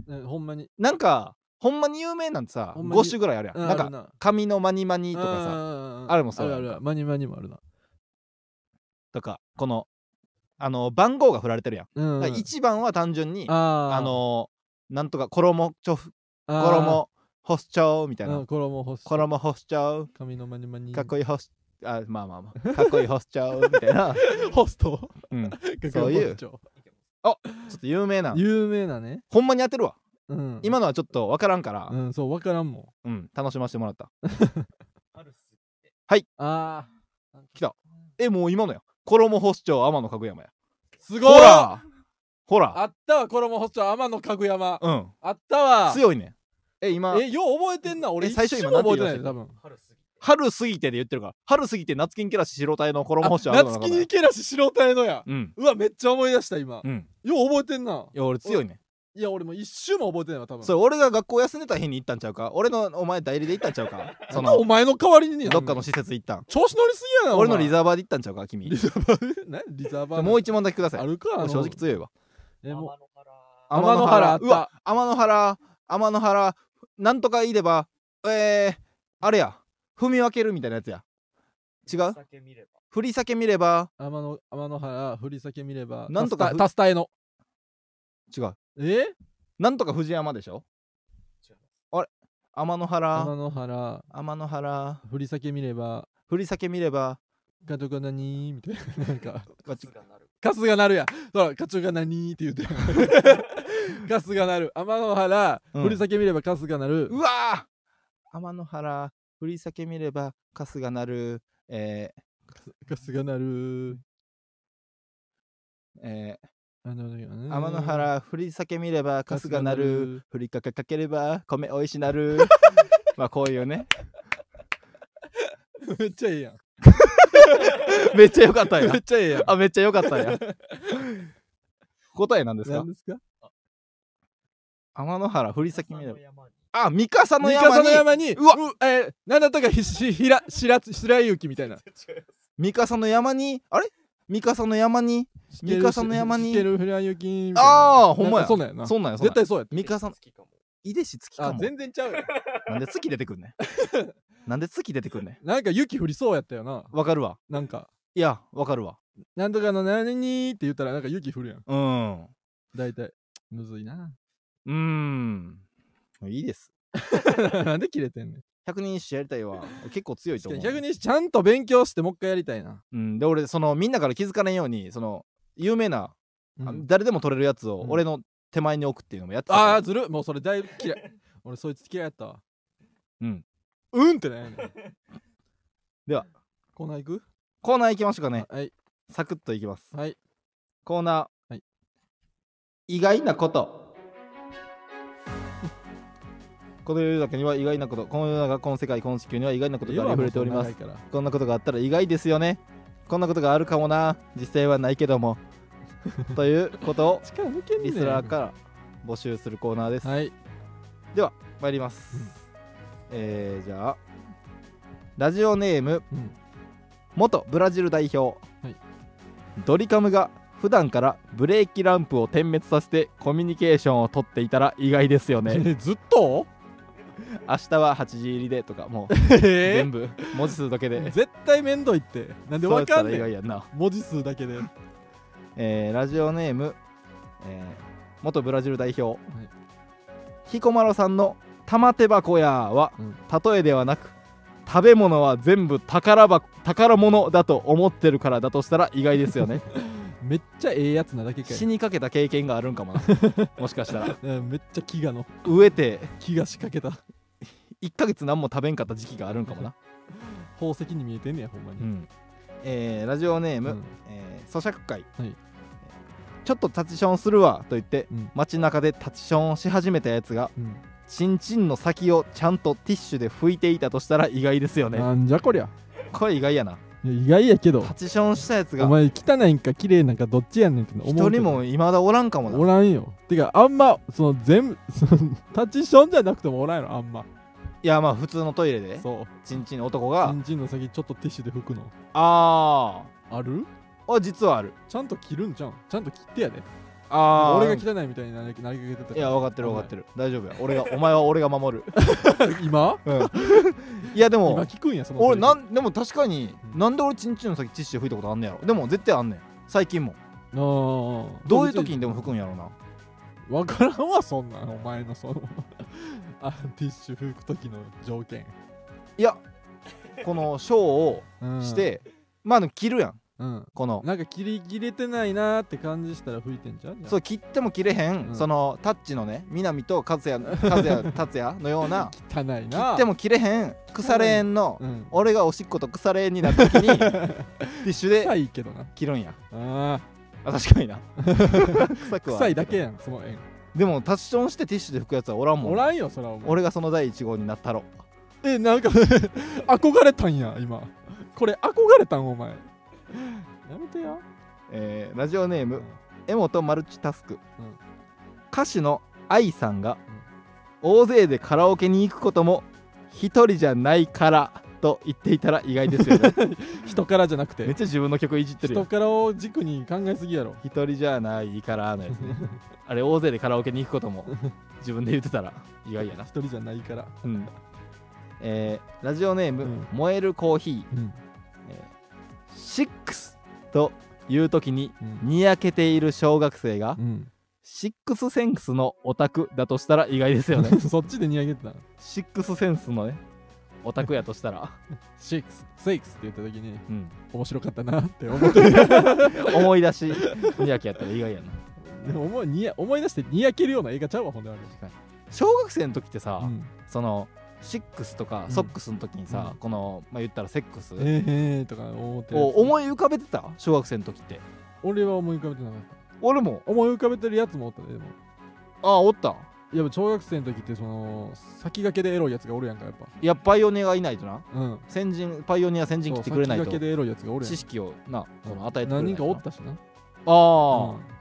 うん、ほんまになんかほんまに有名なんてさほんまに5種ぐらいあるやんうなんあるかな紙のマニマニとかささあれもそうあるあるあるマニマニもあるなとかこのあの番号が振られてるやんうんうん1番は単純にああーのなんとか衣ちょふあー衣干しちゃうみたいなうん衣干す衣干しちゃう髪のマニマニかっこいい干しあまあまあまあかっこいい干しちゃうみたい なちホスト、 うんそういうょっと有名な有名なね、ほんまに当てるわうん、今のはちょっと分からんからう、んそう分からんもんうん、楽しませてもらったあるすあー来たえもう今のや衣保市長天野角山やすほごいらほらあったわ衣保長天野かぐやまうんあったわ強いねえ今えよう覚えてんな俺え最初一瞬今なもんて覚えて言いなまいしたよ多分春すぎて春過ぎてで言ってるから春過ぎて夏金キャラシ白隊の衣あ保市長天野夏角木山にやけらし白隊のやうんうわめっちゃ思い出した今うんよう覚えてんないや俺強いねいや俺もう一瞬も覚えてないわ多分それ俺が学校休んでた日に行ったんちゃうか俺のお前代理で行ったんちゃう かそなんかおの前の代わりにやんどっかの施設行ったん調子乗りすぎやなお俺前のリザーバーで行ったんちゃうか君リザバ 何リザバもう一問だけくださあいるかあの正直強いわえもう天の原天の原あったうわ天の原天の原なんとかいればえー、あれや踏み分けるみたいなやつや違う酒見れば振り裂け見れば天の天の原振り裂け見ればなんとかタスタタスタへの違うえなんとか藤山でしょ違う天の天原の原天の原振り裂け見れば振り裂け見ればガチョガ何みたいな なんかガチ春がなるカスが鳴るやほらガチョガ何って言うて カスが鳴る天の原、うん振り裂け見ればカスが鳴るうわー天の原振り裂け見れば春日なるえカスが鳴るーえあの天ー、天の原振り裂け見れば春日な春日なるる振りかけかければ米おいしな るまあこういうね めっちゃええやん めっちゃ良かったんやめっちゃええやんあ、めっちゃ良かったんや。答えなんですか何ですか天の原振り先見れ朝のば。山にあ、三笠の三山笠のに。山にうわえー、なんだったかひしひらしら白雪みたいな違います三笠の山に。あれ三笠の山に。三笠の山にしける白雪みたいなああ、ほんまなや。かそうなんやなそうなんや。そうなん絶や対そうやった三笠の好きかも井出氏月かあも。全然ちゃうやんなんで月出てくんね ん。なんで月出てくんねん。なんか雪降りそうやったよなわかるわ。なんかいや、わかるわ。なんとかの何にって言ったらなんか雪降るやんうん。う大体むずい なーん。いいです。なんで切れてんねん百人一首やりたいわ。結構強いと思う。逆にちゃんと勉強してもう一回やりたいな、うん。で、俺、その、みんなから気づかれんように、その、有名な、うんあ誰でも取れるやつをうん俺の手前に置くっていうのもやってたからああずるもうそれだいぶ 嫌い俺そいつ嫌いやったわうんうんってなんやねん ではコーナー行くコーナー行きましょうかねはいサクッといきますはいコーナー、はい意外なことこの世の中には意外なことこの世の中この世界この地球には意外なことがありふれております今はもうこそんな長いかんなことがあったら意外ですよねこんなことがあるかもな実際はないけども ということを ら力抜けんねんリスナーから募集するコーナーです、はい参ります、えー、じゃあラジオネームうん元ブラジル代表、はいドリカムが普段からブレーキランプを点滅させてコミュニケーションを取っていたら意外ですよね えずっ明と日は8時入りでとかもうえ全部文字数だけ で絶対めんどいってなんでそうやわったからん意ね外んやんな、文字数だけでえーラジオネーム、えー元ブラジル代表、い彦摩呂さんの「玉手箱や」はうん例えではなく食べ物は全部宝箱宝物だと思ってるからだとしたら意外ですよ ねめっちゃええやつなだけか死いにかけた経験があるんかも なもしかしたらうんめっちゃ飢餓の飢えて飢餓仕掛けた1ヶ月何も食べんかった時期があるんかもな、宝石に見えてんねやほんまに、えーラジオネーム、うんえー咀嚼会、はいちょっと立ちションするわと言って、うん街中で立ちションをし始めたやつがうんチンチンの先をちゃんとティッシュで拭いていたとしたら意外ですよねなんじゃこりゃこれ意外やないや意外やけどパチションしたやつおが前汚いんか綺麗なんかどっちやねんって思うけど一人も未だおらんかもおならんよてかあんまその全部そのタッチションじゃなくてもおらんやろあんまいやまあ普通のトイレでそうチンチンの男チがンチンの先ちょっとティッシュで拭くのああるーあ実はあるちゃんと切るんじゃんちゃんと切ってやでああ俺が汚いみたいになりなりかけてたからいや分かってる分かってる大丈夫や俺がお前は俺が守る今うんいやで今も聞くんやその俺なあんでも確かにうんなんで俺チンチンの先ティッシュで拭いたことあんねやろでも絶対あんねん最近もーどういう時にでも拭くんやろなわからんわそんなんお前のそのあティッシュ拭く時の条件このショーをうんしてまあでも切るやんうんこのなんか切り切れてないなーって感じしたら拭いてんじゃんそうう切っても切れへん、うんそのタッチのね南と和 也和也達也のような汚いな切っても切れへん腐れ縁の、うん俺がおしっこと腐れ縁になった時 にティッシュで臭いけどな切るんやああ確 かにな臭ーくはあ臭るけどいだけやんその縁でもタッチションしてティッシュで拭くやつはおらんもんおらんよそらお前俺がその第一号になったろえなんか 憧れたんや今これ憧れたんお前やめてやえーラジオネーうムん柄本マルチタスク、うん歌手の愛さんが、大勢でカラオケに行くことも一人じゃないからと言っていたら意外ですよね人からじゃなくめってちゃ自分の曲いじってるよ人からを軸に考えすぎやろ一人じゃないからのやつね あれ大勢でカラオケに行くことも自分で言ってたら意外やな 一、人じゃないからうんえーラジオネーム、うん燃えるコーヒうんーシックスという時にうんにやけている小学生が、うんシックスセンスのオタクだとしたら意外です よね そっちでにやげてたのシックスセンスのねオタクやとしたら、シックスセイクスって言った時にうん、面白かったなって思って る思い出しにやけやったら意外やなでも思いにや思い出してにやけるような映画ちゃうわほんであれ小学生の時ってさ、うんそのシックスとかうんソックスの時にさ、うんこの、まあ、言ったらセックスえー、えー、とか思ってるやをつ思い浮かべてた小学生の時って俺は思い浮かべてなかっ俺もた思い浮かべてるやつもおったででもああおったいや小学生の時ってその先駆けでエロいやつがおるやんかやっぱいやパイオニアがいないとなうん先人パイオニア先人来てくれないそうと先駆けでエロいやつがおるやん知識をなこの与えてくれない何人とかなおったしなああ、うん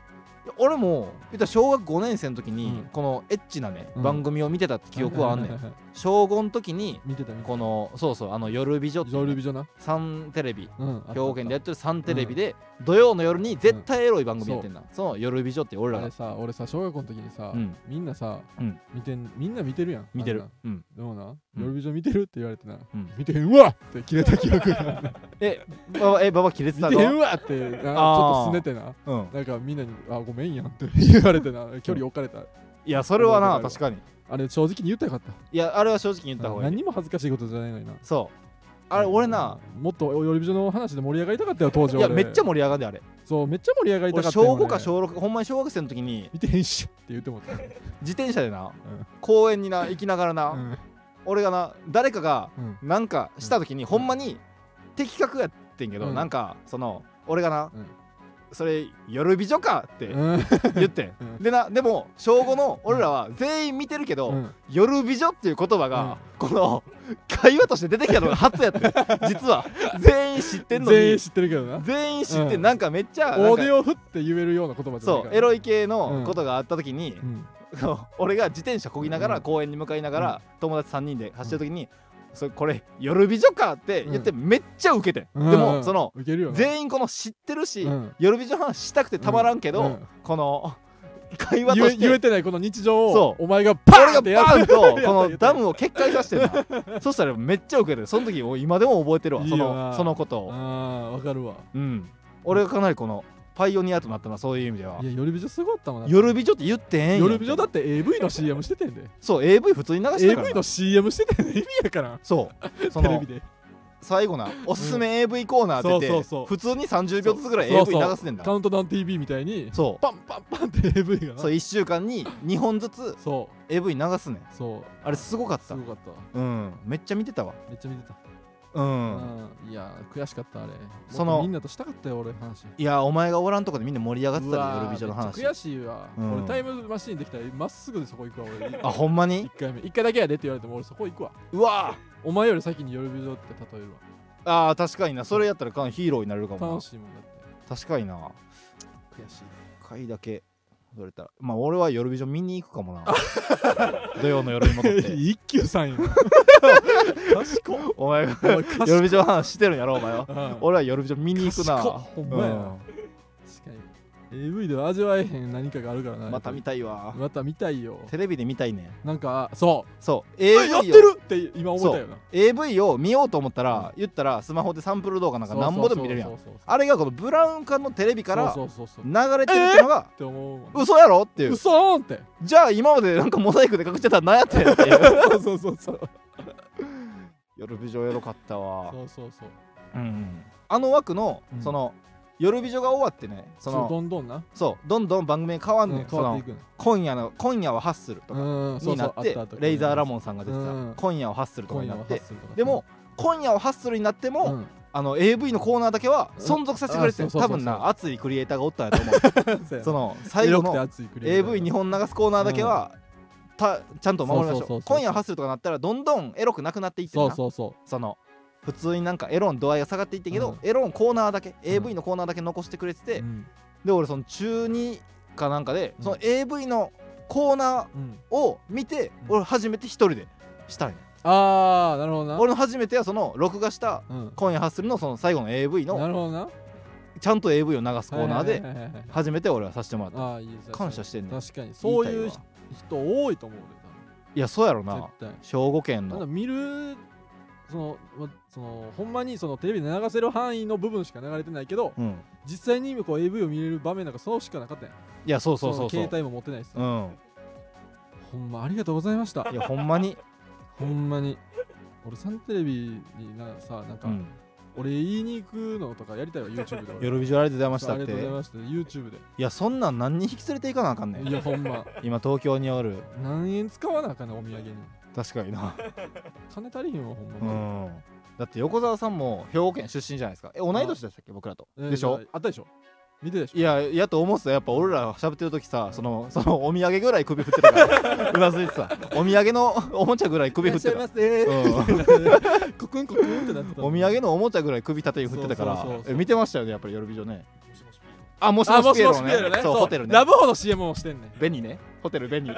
俺も言ったら小学5年生の時に、うんこのエッチなね、うん番組を見てたって記憶はあんねいんいはいはい小5の時に 見てた見てこのそうそうあの夜美女ってたジョルビジョなサンテレビうん兵庫県でややってるサンテレビで、土曜の夜に絶対エロい番組やってんな、その夜美女って俺らあがれさ俺さ小学校の時にさうんみんなさうん見てんみんな見てるやん見てあるんな、うんでもなジョルビジョ見てるって言われてなうん、見てへんわって切れた 記憶があるえばばえばば切れて見たてぞへんわってなちょっとすねてなうんなんかみんなに「あごめんやん」って言われてな距離置かれたいやそれはな覚え確てかにあれ正直に言ったらよかったいやあれは正直に言った方がい何い、にも恥ずかしいことじゃないのになそうあれ俺な、もっとよりびじょの話で盛り上がりたかったよ当時いやめっちゃも盛り上がるであれそうめっちゃ盛り上がりた俺かった小よ5か俺小6ほんまに小学生の時に見てへんしって言ってもった自転車でな、ん公園にな行きながらな、うん俺がな誰かがうんなんかした時に、ほんまに的確やってんけど、うんなんかその俺がな、うんそれ夜美女かってうん言ってん、うんでなでも小5の俺らは全員見てるけど、うん夜美女っていう言葉が、この会話として出てきたのが初 やってん実は全員知ってんのに全員知ってるけどな全員知って、うんなんかめっちゃなんオーディかオフって言えるような言葉じゃないかそうらエロい系のことがあった時にう、ん 俺が自転車こぎながうらん公園に向かいながら、友達3人で走ってる時に「それこれ夜美女か!」って言ってめっちゃウケてん、うんでもそのウケるよな全員この知ってるし、うん夜美女の話したくてたまらんけど、うんこの会話言とえし言えててないこの日常をそうお前がパ俺ーンがってやバーンと やったこのダムを決壊させてん なそしたらめっちゃウケてその時俺今でも覚えてるわいいそよなのそのことを、あーわかるわうん、俺がかなりこのパイオニアとなったなそういう意味ではいやよりびじょすごかったもんな夜美女って言ってへんよりびじょだってて AV の CM しててんでそう AV 普通に流してたからな AV の CM しててんで意味やからそうそテレのビで最後なおすすめ AV コーナーって言って、そうそうそう普通に30秒ずつぐらいそう AV そう流すねんだカそうウントダウン TV みたいにそうパンパンパンって AV がな1週間に2本ずつそ AV 流すねんうそうあれすごかっすたごかったわうんめっちゃ見てたわめっちゃ見てたうん、うんいや悔しかったあれそそののみんなとしたかったよ俺話いやお前がおらんとこでみんな盛り上がってたうわでー夜美女のめっ話ちゃ悔しいわ、うん俺タイムマシーンできたらまっすぐでそこ行くわ 俺あほんまに一回目一回だけやでって言われても俺そこ行くわうわお前より先に夜美女って例えるーあー確かになそれやったらかなりヒーローになれるかわも楽なしいもんだって確かにな悔しい一回だけそれたらまあ俺は夜ビジョン見に行くかもな 土曜の夜に戻 って 一休さんやん賢っお前がお前賢夜っビジョン話してるんやろお前はうん俺は夜ビジョン見に行くな賢っほんまやな確かに AV では味わえへん何かがあるからうなんまた見たいわまた見た いよテレビで見たいねなんかそうそうえやって AV をるって今思ったよな AV を見ようと思ったら言ったらスマホでサンプル動画なんかなんぼでも見れるやんあれがこのブラウン管のテレビからそうそうそうそう流れてるってのがって思うわ嘘やろっていう嘘ーんってじゃあ今までなんかモザイクで隠してたら何やってんっていうそうそうそうそう夜ビジョンエロかったわそうそうそううんあの枠のうんその夜ビジョンが終わってねそそうのどんどんなそうどんどん番組が変わんねうんんそ変わってのいくね今夜の今夜はハッスルとかうんそにうそなうあっってたあったレイザーラモンさんが出てうんた今夜はハッスルとか今にな夜はっハッてスルとかでも今夜はハッスルになってうもんあの AV のコーナーだけは存続させてくれてるうんあそうそうそう多分な熱いクリエイターがおったんやと思 うそうやそなの最後エロくての熱いクリエイター AV2 本流すコーナーだけはたちゃんと守りましそうそょうそううそう今夜はハッスルとかなったらどんどんエロくなくなっていってんそなうそうそうその普通になんかエロの度合いが下がっていってんけど、うんエロのコーナーだけ AV のコーナーだけ残してくれてて、うんで俺その中2かなんかで、うんその AV のコーナうんーを見て、うん俺初めて一人でしたんや、ああなるほどな俺の初めてはその録画したうん今夜ハッスルのその最後の AV なのるほどなちゃんと AV を流すコーナーはいではいはいはいはい初めて俺はさせてもらったああいいです感謝してんねん確かにそういう言人たわ多いと思うねいやそうやろ多な分絶対兵庫県なんのだ見るそのまそのほんまにそのテレビで流せる範囲の部分しか流れてないけどうん実際にこう AV を見れる場面なんかそうしかなかったやんいやそうそうそうのそう携帯も持ってないしさうんほんまありがとうございましたいやほんまに、ほんまに俺サンテレビになさなんか、うん、俺言いに行くのとかやりたいわ YouTube で俺夜ビジュアルでございましそうたあっりがとうございてました YouTube でいやそんなん何に引き連れていかなあかんねんいやほんま 今東京におる何円使わなあかんねんお土産に確かにな金足りへんわほんうま、んだって横澤さんも兵庫県出身じゃないですかえ同い年でしたっけ僕らとえでしょあったでしょ見てたでしょいやいやと思うっすよやっぱ俺ら喋ってる時さそのそのお土産ぐらい首振ってたか らうなずいてたお土産のおもちゃぐらい首振ってたいらっしゃいまうんせ コクンコクンってなってたお土産のおもちゃぐらい首縦に振ってたかそうそうそうらそえう見てましたよねやっぱり夜美女ねもしもしピーのあもしあももししピエもロしねピエロねそうホテルねラブホの CM をしてんねんベニねホテル ベニ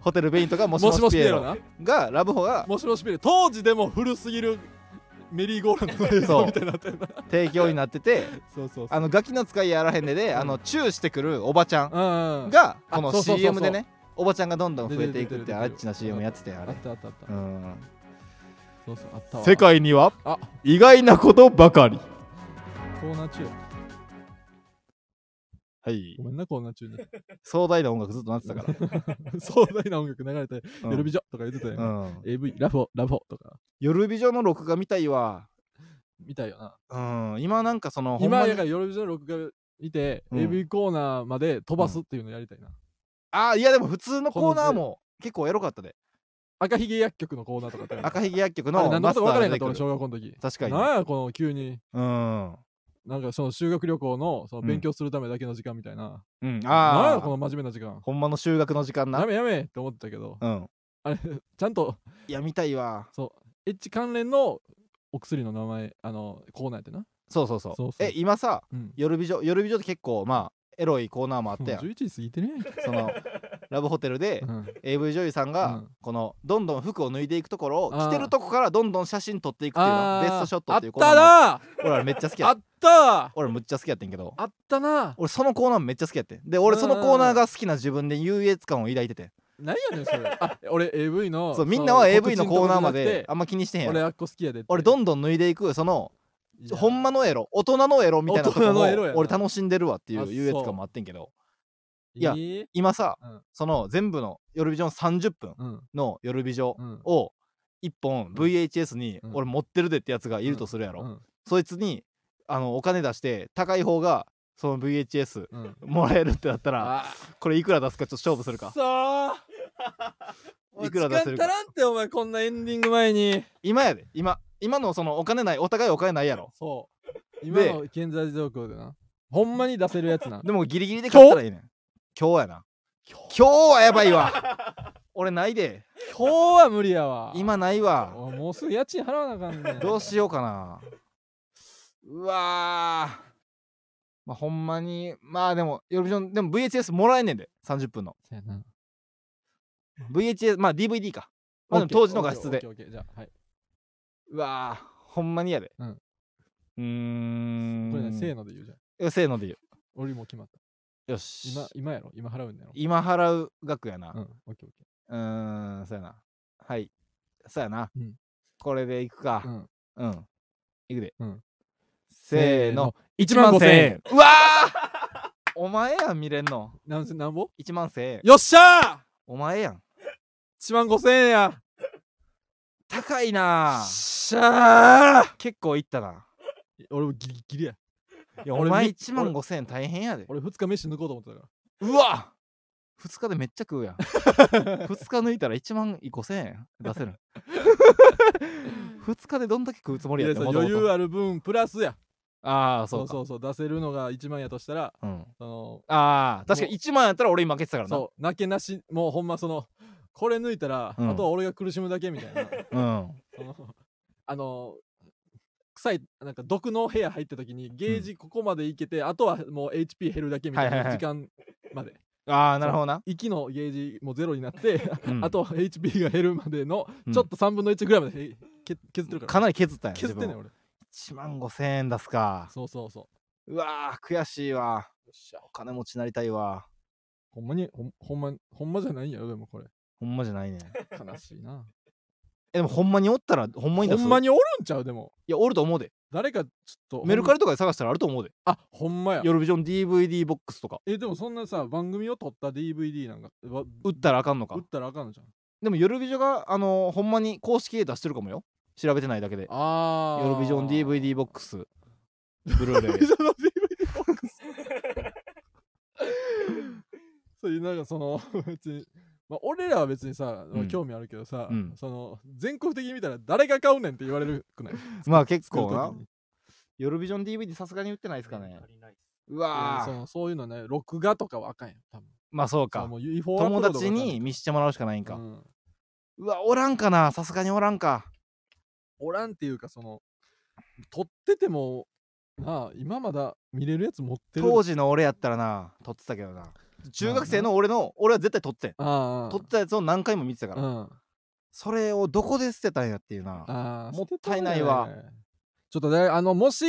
ホテルベニとかもしもしピエロながラブホがもしもしピエロ当時でも古すぎるメリーゴーランドの映像 そうみたいになってんな提供になっててそうそうそうあのガキの使いやあらへんでであのチューしてくるおばちゃんうんうんがこあのそうそうそうそう CM でねおばちゃんがどんどん増えていく出っててるあ出てる出てるっちな CM やってたよああっれたあったあったうんそうそうあったわ世界にはあ意外なことばかりコーナー中はいごめんなコーナー中に 壮大な音楽ずっとなってたから壮大な音楽流れて「うん 夜美女」とか言ってたようねん AV ラフォラフォとか夜美女の録画見たいわ見たいよなうん今なんかそのほん今まにやから夜美女の録画見てうん AV コーナーまで飛ばすっていうのやりたいなあーいやでも普通のコーナーも結構エロかったで赤ひげ薬局のコーナーとかあったよな赤ひげ薬局あれの何マのスタことーか分かがらへん出かっくてた俺る小学校の時確かになんやこの急にうんなんかその修学旅行のそのうん勉強するためだけの時間みたいな、うんなんあやこあの真面目な時間ほんまの修学の時間やなめやめって思ってたけどうんあれちゃんといや見たいわエッチ関連のお薬の名前あのコーナーやってなそうそうそうそうそうえ今さうん夜美女夜美女って結構まあエロいコーナーもあっもうたやん11時過ぎて るやんけそ のラブホテルでうん AV 女優さんうがんこのどんどん服を脱いでいくところをあー着てるとこからどんどん写真撮っていくっていうのあベスートショットっていうコーあナったーもな俺らめっちゃ好きやあっった俺むっちゃ好きやってんけどあったな俺そのコーナーめっちゃ好きやってんで俺そのコーナーが好きな自分で優越感を抱いてて何やねんそれあ俺 AV のそうみんなは AV の告知コーナーとまかじゃなでくてあんま気にしてへんや俺ろあっこ好きやでって俺どんどん脱いでいくそのいやほんまのエロ大人のエロみたいなとこ大ろ人のエロやな俺楽しんでるわっていあそうう優越感もあってんけどいいやい今さうんその全部の夜ビジョン30分うんの夜ビジョンうんを1本 VHS にうん俺持ってるでってやつがいるとするやろ、うんそいつにあのお金出して高い方がその VHS うんもらえるってなったらあこれいくら出すかちょっと勝負するかさあいくら出せるか時間足らんってお前こんなエンディング前に今やで今今のそのお金ないお互いお金ないやろそう今の現在状況でなほんまに出せるやつなでもギリギリで買ったらいいねん今日やな今日はやばい わ俺ないで今日は無理やわ今ないわおいもうすぐ家賃払わなあかんねんどうしようかなうわまあほんまにまあでもヨルビジョンでも VHS もらえんねんで30分のそうやな VHS まあ DVD かまあでも当時の画質で OK OK じゃあはいうわあほんまにやでうんうーんこれねせーのので言うじゃんせーので言う俺もう決まったよし今今やろ今払うんだよ今払う額やなうん OKOK うーん、そうやな。はい。そうやな。うんこれでいくかう。んうん。いくで。うんせーの。 1万5000円。うわー お前やん、見れんの。なんせなんぼ1万1000円。よっしゃお前やん。ー !1 万5000円やよ高いなっあしゃー結構いったな。俺もギリギリやいや、お俺前み1万5000円大変やで。俺2日飯抜こうと思ってたかうわ2日でめっちゃ食 うやん。2日抜いたら1万5000円出 せる。2日でどんだけ食うつもらりやっいてやそう元々余裕ある分プラスやああ、そそううか。そうそう出せるのが1万やとしたらうん、そのああ、確かに1万やったら俺今負けてたからな。そうなけなしもうほんまそのこれ抜いたら、うんあとは俺が苦しむだけみたいうな ん。そのあの臭いなんか毒の部屋入った時にゲージここまでいけて、あとはもう HP 減るだけみたいはいはいなはい時間までああ、なるほどな。息のゲージもゼロになって、うんあとは HP が減るまでのうんちょっと3分の1ぐらいまでへけ削ってるからかなり削ったんや。削ってんねん自分俺1万5千円出すか。そうそうそううわー、悔しいわ。よっしゃお金持ちになりたいわ。ほんまにほんほんまほんまじゃないんやろでもこれほんまじゃないね。悲しいなえ、でもほんまにおったら、ほんまにほ出す。んまににおるんちゃうでもいや、おると思うで。誰かちょっとほんメルカリとかで探したらあると思うで。あほんまやヨルビジョン DVD ボックスとか。えでもそんなさ番組を撮った DVD なんかわ売ったらあかんのか売っ。たらあかんのじゃんでもヨルビジョが、あのーほんまに公式で出してるかもよ。調べてないだけで。あヨルビジョン DVD ボックス。 ブ ルーレイ。その DVD ボックスそういうなんかその別にまあ、俺らは別にさ、うん興味あるけどさ、うんその全国的に見たら誰が買うねんって言われるくないまあ結作る構時なに。ヨルビジョン DVD さすがに売ってないですかね。足りないっすううんわそー。のそういうのね録画とかはあかんやん多分まあそうそかう。もう UFO 友アップロードが達あかんに見してもらうしかないんか。うんうわ、おらんかなさすがにおらんか。おらんっていうかその撮っててもなあ今まだ見れるやつ持ってる当時の俺やったらな、撮ってたけどな。中学生の俺の、俺は絶対撮ってん。ああ撮ってたやつを何回も見てたから。うんそれをどこで捨てたんやっていうな。あーもったいないわ捨てたねちょっとねあのもし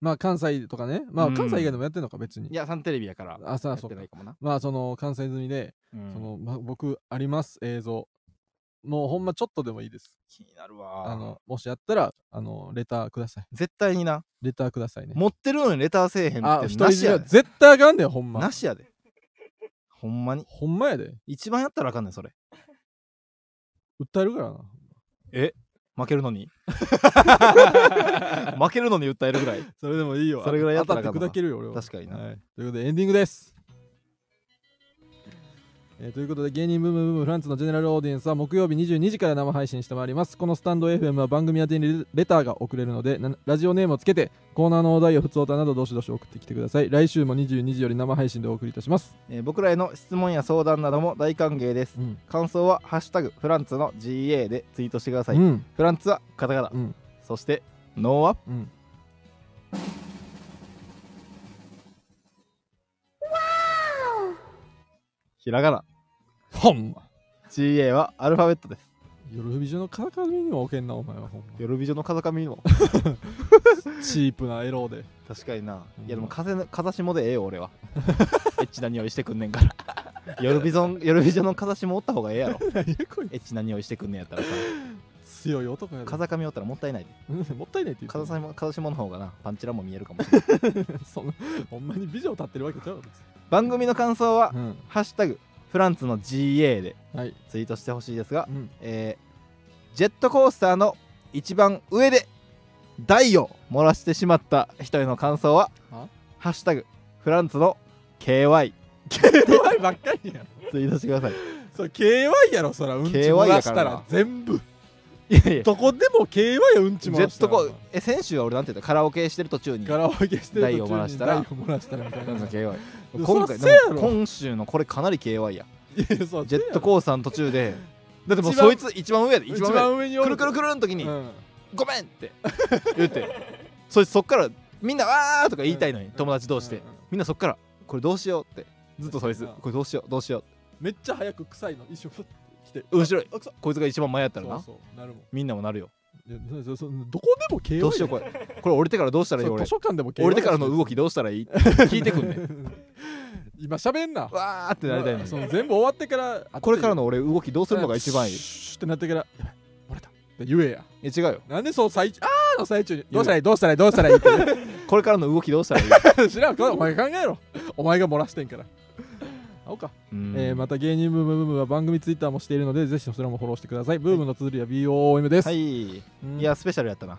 まあ関西とかねまうあん関西以外でもやってんのか別にいや、サンテレビやから。あさやあっそてうかないかもな。まあその関西済みで、うんそのまあ、僕あります映像もうほんまちょっとでもいいです気になるあわのもしやったらあのレターください絶対にな。レターくださいね持ってるのにレターせえへんあっ一て人なしじゃやで。絶対あかんねんほんまなしやで。ほんまに。ほんまやで一番やったらあかんねん、それ。訴えるからな負けるの に。負けるのに訴えるぐらい。それでもいいよ。それぐらいやったら当たって頑張ろう砕けるよ、俺は。確かになはいということで、エンディングです。えーということで、芸人ブームブームフランツのジェネラルオーディエンスは木曜日22時から生配信してまいります。このスタンド FM は番組宛てにレターが送れるので、なラジオネームをつけて、コーナーのお題を普通歌などどしどし送ってきてください。来週も22時より生配信でお送りいたします。えー僕らへの質問や相談なども大歓迎です。うん。感想は「ハッシュタグフランツの GA」でツイートしてください、うん。フランツはカタカナ、うん。そしてノーはうん。ひらがなほんま。 GA はアルファベットです夜ビジョンのカラカラにも置けんな、お前はほんま。ヨルビジョの風上にもチープなエローで。 確かになうんいやでも風の風下でええよ俺は エッチな匂いしてくんねんからヨルビジョンヨルビジョの風下おった方がええやろエッチな匂いしてくんねんやったらさ強い男やで。風上おったらもったいないでうん もったいないって言って風る下風下の方がなパンチラも見えるかもしれないそんなほんまに美女を立ってるわけちゃう番組の感想はう「ハッシュタグフランツの GA」ではい、ツイートしてほしいですがうん、えージェットコースターの一番上で台を漏らしてしまった人への感想はは「ハッシュタグフランツの KY 怖いばっかりやん」ツイートしてくださいそれ KY やろそらうんち漏ら KY しやかたらなら全部いやいや どこでも KY やうんちジ漏ェらしッたトらコーえ先週は俺なんて言ったカラオケしてる途中に「フガラオケしてる途中に台を漏らしたら台を漏らしたらみたいラなンツのい KY」や 今回そらせやろでも今週のこれかなり KY ややそうジェットーコースターの途中でだってもう一番そいつ一番上やで一一番上番上にくるくるくるるの時にうん 「ごめん!」って言ってそいつそっからみんな「わー」とか言いたいのにうん友達同士でうんみんなそっから「これどうしよう」ってずっとそいつうん「これどうしようどうしようめっちゃ早く臭いの一緒ふってきて」後ろあ臭っこいつが一番前やったらそうなそうなるもんみんなもなるよいやなそそどこでも KO どうしようこれこれ降りてからどうしたらいいそう俺図書館でも KO 降りてからの動きどうしたらいい聞いてく んねん今喋んなわーってなりたいのそにの全部終わってからこれからのの俺動きどうするのが一番いいいシュッてなってからやばい漏れたって言えやや違うよなんでそう最中あーの最中にどうしたらいいどうしたらいいどうしたらいいっこれからの動きどうしたらいいて 知らんお前考えろお前が漏らしてんから青かうんえーまた芸人ブームブームは番組ツイッターもしているのでぜひそちらもフォローしてくださいブームの綴りは BOOM です、はいいうんやスペシャルやったな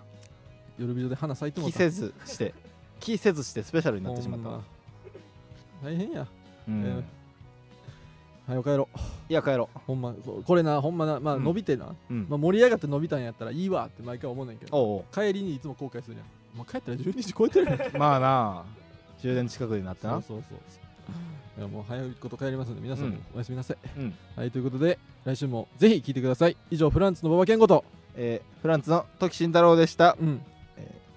夜ビジョで花咲いても気うせずして気せずしてスペシャルになってしまったわ大変や、うえんーはいお帰ろういや帰ろほんまここれなほんまなまあうん伸びてな、ううんまあ、盛り上がって伸びたんやったらいいわって毎回思うねんけどおうお帰りにいつも後悔するやんもう帰ったら12時超えてるやんうまあな終電近くになってそうなそうそういやもう早いこと帰りますので皆さんうもんおやすみなさい、うんはいということで来週もぜひ聞いてください以上フランスの馬場健吾とえーフランツの時慎太郎でしたうん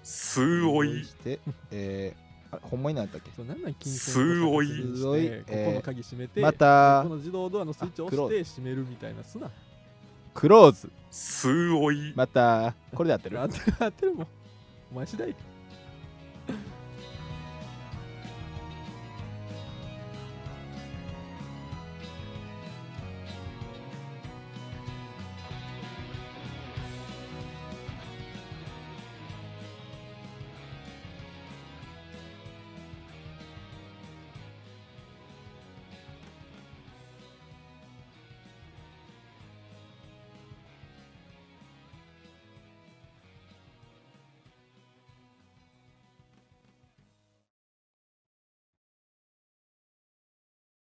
すおいしてえーあれほんまになんやったっけそうなんなん金すごいすごいこえーこの鍵閉めて、またこの自動ドアのスイッチをあクロ押して閉めるみたいなすなクローズすおいまたこれでやってるあってるあってるもんお前次第